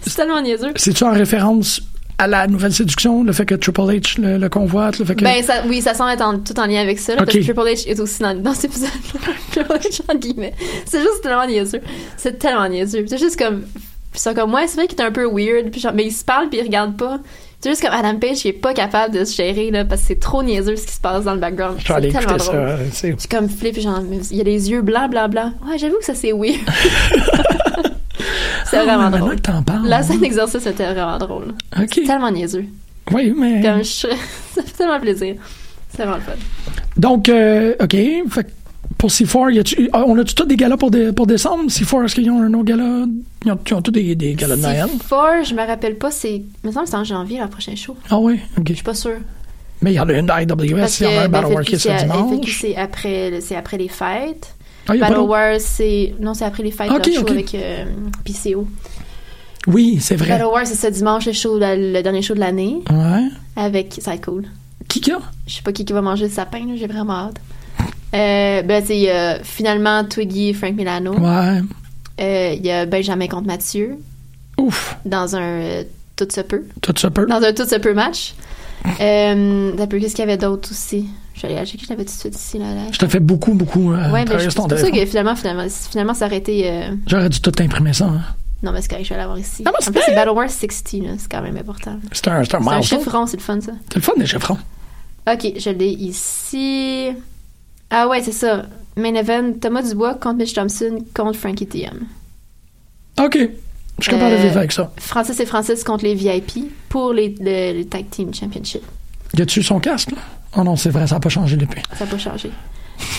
C'est tellement niaiseux. C'est-tu en référence à la nouvelle séduction, le fait que Triple H le, le convoite, le fait que. Ben, ça, oui, ça semble être en- tout en lien avec ça, là, Ok. parce que Triple H est aussi dans, dans cet épisode-là. Triple H, en guillemets. C'est juste tellement niaiseux. C'est tellement niaiseux. Puis C'est juste comme. Puis c'est comme moi, c'est vrai qu'il est un peu weird, puis genre, mais il se parle, puis il regarde pas. C'est juste comme Adam Page, il est pas capable de se gérer, là, parce que c'est trop niaiseux ce qui se passe dans le background. je vais aller C'est tellement écouter drôle. ça. euh, c'est- Puis comme Flip, genre, mais il a les yeux blancs, blancs, blancs. Ouais, j'avoue que ça, c'est weird. c'est Ah, vraiment maintenant drôle. que t'en parles. La scène d'exercice était vraiment drôle. C'est tellement niaiseux. Oui, mais. Comme je... ça fait tellement plaisir. C'est vraiment le fun. Donc, euh, OK. Fait que pour C4, y a-tu- ah, on a-tu tous des galas pour, dé- pour décembre? C4, est-ce qu'ils ont un autre gala? Ils ont, ils ont tous des, des galas de Noël? Four, je me rappelle pas, c'est. Il me semble que c'est en janvier, leur prochain show. Ah oui, OK. Je suis pas sûre. Mais il y en a une à IWS, il y en a un ben, Battle War FLQ, qui est ce c'est à- FLQ, dimanche. c'est après, le- c'est après les fêtes. Ah, y a pas Battle d'autre- Wars, c'est. Non, c'est après les fêtes, Ok, leur show ok. avec euh, PCO. Oui, c'est vrai. Battle Wars, c'est ce dimanche, le, show, la- le dernier show de l'année. Ouais. Avec. Ça va être cool. Qui qu'il y a? Je sais pas qui, qui va manger le sapin, là, j'ai vraiment hâte. Euh, ben, c'est euh, finalement Twiggy et Frank Milano. Ouais. Euh, Il y a Benjamin contre Mathieu. Ouf. Dans un euh, Tout se peut. Tout ça peut. Dans un Tout se peut match. Euh, t'as peu, Qu'est-ce qu'il y avait d'autre aussi? Je vais aller checker, je l'avais tout de suite ici. Là, là. Je te fais beaucoup, beaucoup euh, Ouais, mais travailler je- sur c'est ton pour ça téléphone. que finalement, finalement, finalement ça aurait été. euh, J'aurais dû tout imprimer ça. hein. Non, mais c'est correct, je vais l'avoir ici. en plus, c'est Battle Wars 60, là, c'est quand même important. C'est un, c'est un C'est un milestone. chiffron, c'est le fun, ça. C'est le fun des chiffrons. Ok, je l'ai ici. Ah ouais, c'est ça. Main event, Thomas Dubois contre Mitch Thompson contre Frankie Thiam. OK. Je suis capable de Euh, vivre avec ça. Francis et Francis contre les VIP pour les, le, le Tag Team Championship. Y a-tu son casque? là? Oh non, c'est vrai, ça n'a pas changé depuis. Ça n'a pas changé.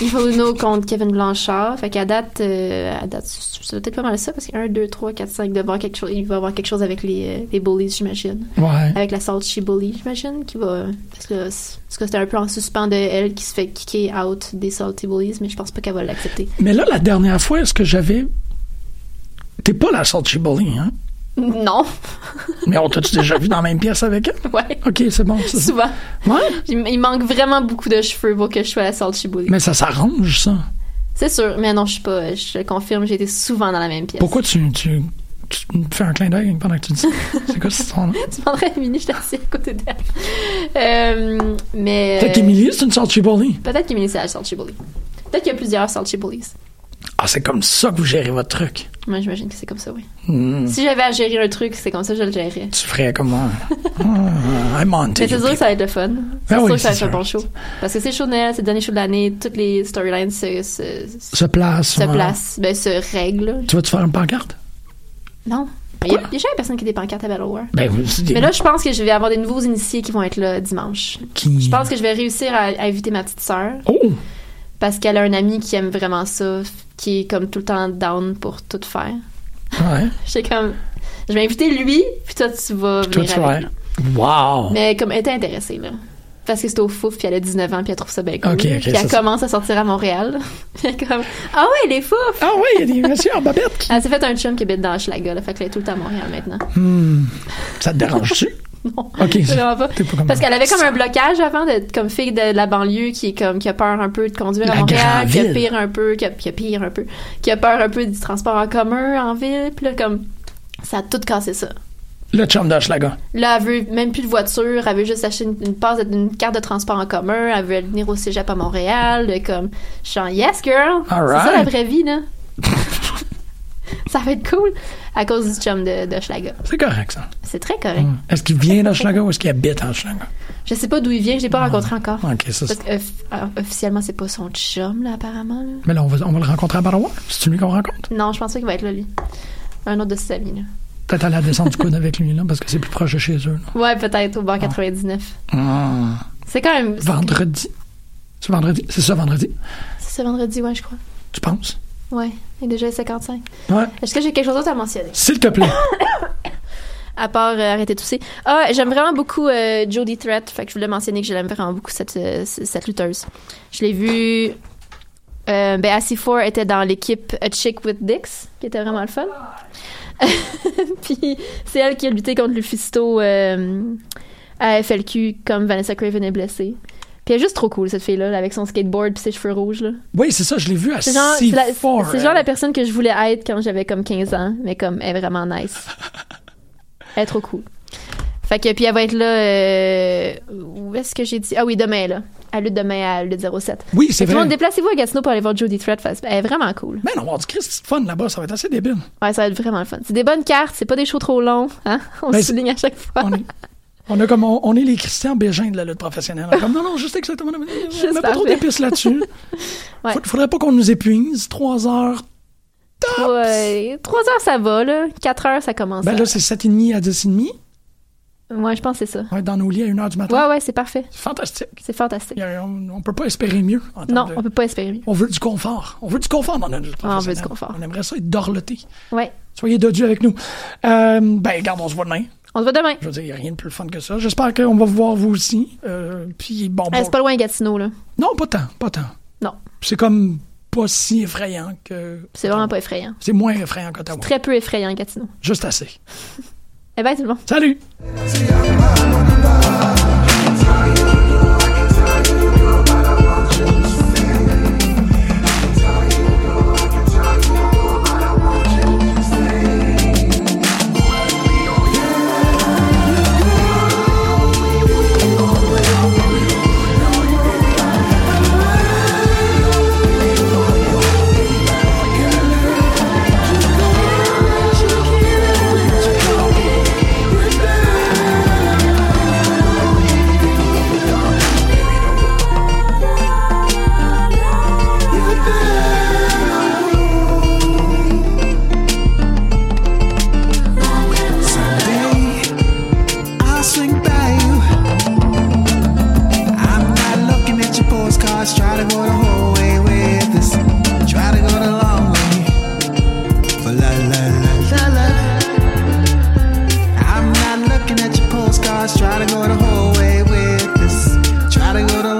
Ivo Uno contre Kevin Blanchard. Fait qu'à date, euh, à date, ça doit être pas mal ça parce que 1, 2, 3, 4, 5, devant quelque chose, il va y avoir quelque chose avec les, euh, les bullies, j'imagine. Ouais. Avec la Salt She Bully, j'imagine, qui va. Parce que, parce que c'était un peu en suspens de elle qui se fait kicker out des Salty Bullies, mais je pense pas qu'elle va l'accepter. Mais là, la dernière fois, est-ce que j'avais. T'es pas la Salty Bully, hein? Non, Mais on t'a-tu déjà vu dans la même pièce avec elle? Ouais. OK, c'est bon. c'est ça. souvent. Ouais. Il, il manque vraiment beaucoup de cheveux pour que je sois la Salt She Bully. Mais ça s'arrange, ça. C'est sûr, mais non, je suis pas. Je le confirme, j'ai été souvent dans la même pièce. Pourquoi tu, tu, tu me fais un clin d'œil pendant que tu dis ça? C'est quoi cette histoire-là? Tu demanderais à Émilie, je assis à côté d'elle. Euh, mais. Peut-être qu'Émilie, c'est une Salty Bully. Peut-être qu'Émilie, c'est la Salty Bully. Peut-être qu'il y a plusieurs Salty Bullies. Ah, c'est comme ça que vous gérez votre truc. Moi, j'imagine que c'est comme ça, oui. Hmm. Si j'avais à gérer un truc, c'est comme ça que je le gérerais. Tu ferais comme moi. Ah, I'm on to Mais c'est you. sûr que ça va être le fun. C'est Ben sûr oui, que ça va c'est être un bon show. Parce que c'est le show de Noël, c'est le dernier show de l'année, toutes les storylines se, se, Se place. se ouais. placent, ben, se règlent. Tu vas-tu faire une pancarte? Non. Il y a, il y a jamais personne qui a des pancartes à Battle War. Ben, vous- c'est des- Mais là, je pense que je vais avoir des nouveaux initiés qui vont être là dimanche. Qui- Je pense que je vais réussir à, à inviter ma petite sœur. Oh! Parce qu'elle a un ami qui aime vraiment ça, qui est comme tout le temps down pour tout faire. Ouais. J'étais comme, je vais inviter lui, puis toi, tu vas Toi, venir tu vas- avec. Wow! Mais comme elle était intéressée, là. Parce que c'est au fouf, puis elle a 19 ans, puis elle trouve ça bien cool. Ok, ok, puis ça, elle ça- commence à sortir à Montréal. puis elle est comme, ah ouais, les fouf! Ah ouais, il y a des messieurs en babette qui... Elle s'est fait un chum qui habite dans Hochelaga, là, fait qu'elle est tout le temps à Montréal maintenant. Hmm. Ça te dérange-tu? Non, Ok, ça- vraiment pas. t'es pas comme- Parce qu'elle avait comme un blocage avant d'être comme fille de la banlieue qui est comme qui a peur un peu de conduire La à Montréal, grande qui a ville. pire un peu, qui a, qui a pire un peu, qui a peur un peu du transport en commun en ville, puis là comme ça a tout cassé ça. Le chum d'Hochelaga. Là, elle veut même plus de voiture, elle veut juste acheter une, une passe d'une carte de transport en commun, elle veut venir au cégep à Montréal, là, comme je suis en yes girl. All C'est ça la right. vraie vie là. ça va être cool à cause du chum de, de Schlager. C'est correct, ça. C'est très correct. Est-ce qu'il vient d'Hochelaga ou est-ce qu'il habite à Hochelaga? Je sais pas d'où il vient, je l'ai pas rencontré encore. Ok, ça, Parce que, off- euh, officiellement, c'est pas son chum, là, apparemment. là. Mais là, on va, on va le rencontrer à Barois. C'est lui qu'on rencontre. Non, je pense pas qu'il va être là, lui. Un autre de ses amis, là. Peut-être aller à la descente du coude avec lui, là, parce que c'est plus proche de chez eux. là. Ouais, peut-être, au bar 99. Ah. C'est quand même. Vendredi. C'est vendredi. C'est ça, vendredi. C'est ce vendredi, ouais, je crois. Tu penses? Ouais, il est déjà 55. Ouais. Est-ce que j'ai quelque chose d'autre à mentionner? S'il te plaît. À part euh, arrêter de tousser. Ah, j'aime vraiment beaucoup euh, Jodie Threat. Fait que je voulais mentionner que je l'aime vraiment beaucoup, cette, euh, c- cette lutteuse. Je l'ai vue. Euh, ben, Assie Four était dans l'équipe A Chick with Dicks, qui était vraiment le fun. Puis c'est elle qui a lutté contre Lufisto euh, à FLQ, comme Vanessa Craven est blessée. Puis elle est juste trop cool, cette fille-là, là, avec son skateboard puis ses cheveux rouges. là. Oui, c'est ça, je l'ai vu à C'est genre, c'est la, C4. c'est genre la personne que je voulais être quand j'avais comme 15 ans, mais comme elle est vraiment nice. elle est trop cool. Fait que, puis elle va être là, euh, où est-ce que j'ai dit? Ah oui, demain, là. À lutte demain à lutte 07. Oui, c'est Fait que tout le vrai. monde, déplacez-vous à Gatineau pour aller voir Jodie Thread. Fait- Elle est vraiment cool. Mais non, on va avoir du Christ fun là-bas, ça va être assez débile. Ouais, ça va être vraiment le fun. C'est des bonnes cartes, c'est pas des shows trop longs, hein? On Ben, souligne à chaque fois. On a comme on, on est les Christian Bégin de la lutte professionnelle. On est Comme non, non, juste exactement. On met pas trop parfait. d'épices là-dessus. Ouais. Faut- Faudrait pas qu'on nous épuise. Trois heures. Ouais, euh, Trois heures, ça va, là. Quatre heures, ça commence. Ben à- là, c'est 7h30 à 10h30. Ouais, je pense que c'est ça. On va être dans nos lits à 1h du matin. Ouais, ouais, c'est parfait. C'est fantastique. C'est fantastique. Il y a- on, on peut pas espérer mieux. en termes Non, de- on peut pas espérer mieux. on veut du confort. On veut du confort dans notre lutte Ah, on veut du professionnelle. confort. On aimerait ça être dorloté. Ouais. Soyez dodus avec nous. Euh, ben, regarde, on se voit demain. On se voit demain. Je veux dire, il n'y a rien de plus fun que ça. J'espère qu'on va vous voir vous aussi. Euh, puis bon, Ah, bon- c'est pas loin Gatineau, là. Non, pas tant, pas tant. Non. C'est comme pas si effrayant que. C'est vraiment pas effrayant. C'est moins effrayant qu'Ottawa. Très peu effrayant, Gatineau. Juste assez. Eh ben, tout le monde. Salut! Someday I'll swing by you. I'm not looking at your postcards. Try to go the whole way with this. Try to go the long way. But la la la la la. I'm not looking at your postcards. Try to go the whole way with this. Try to go the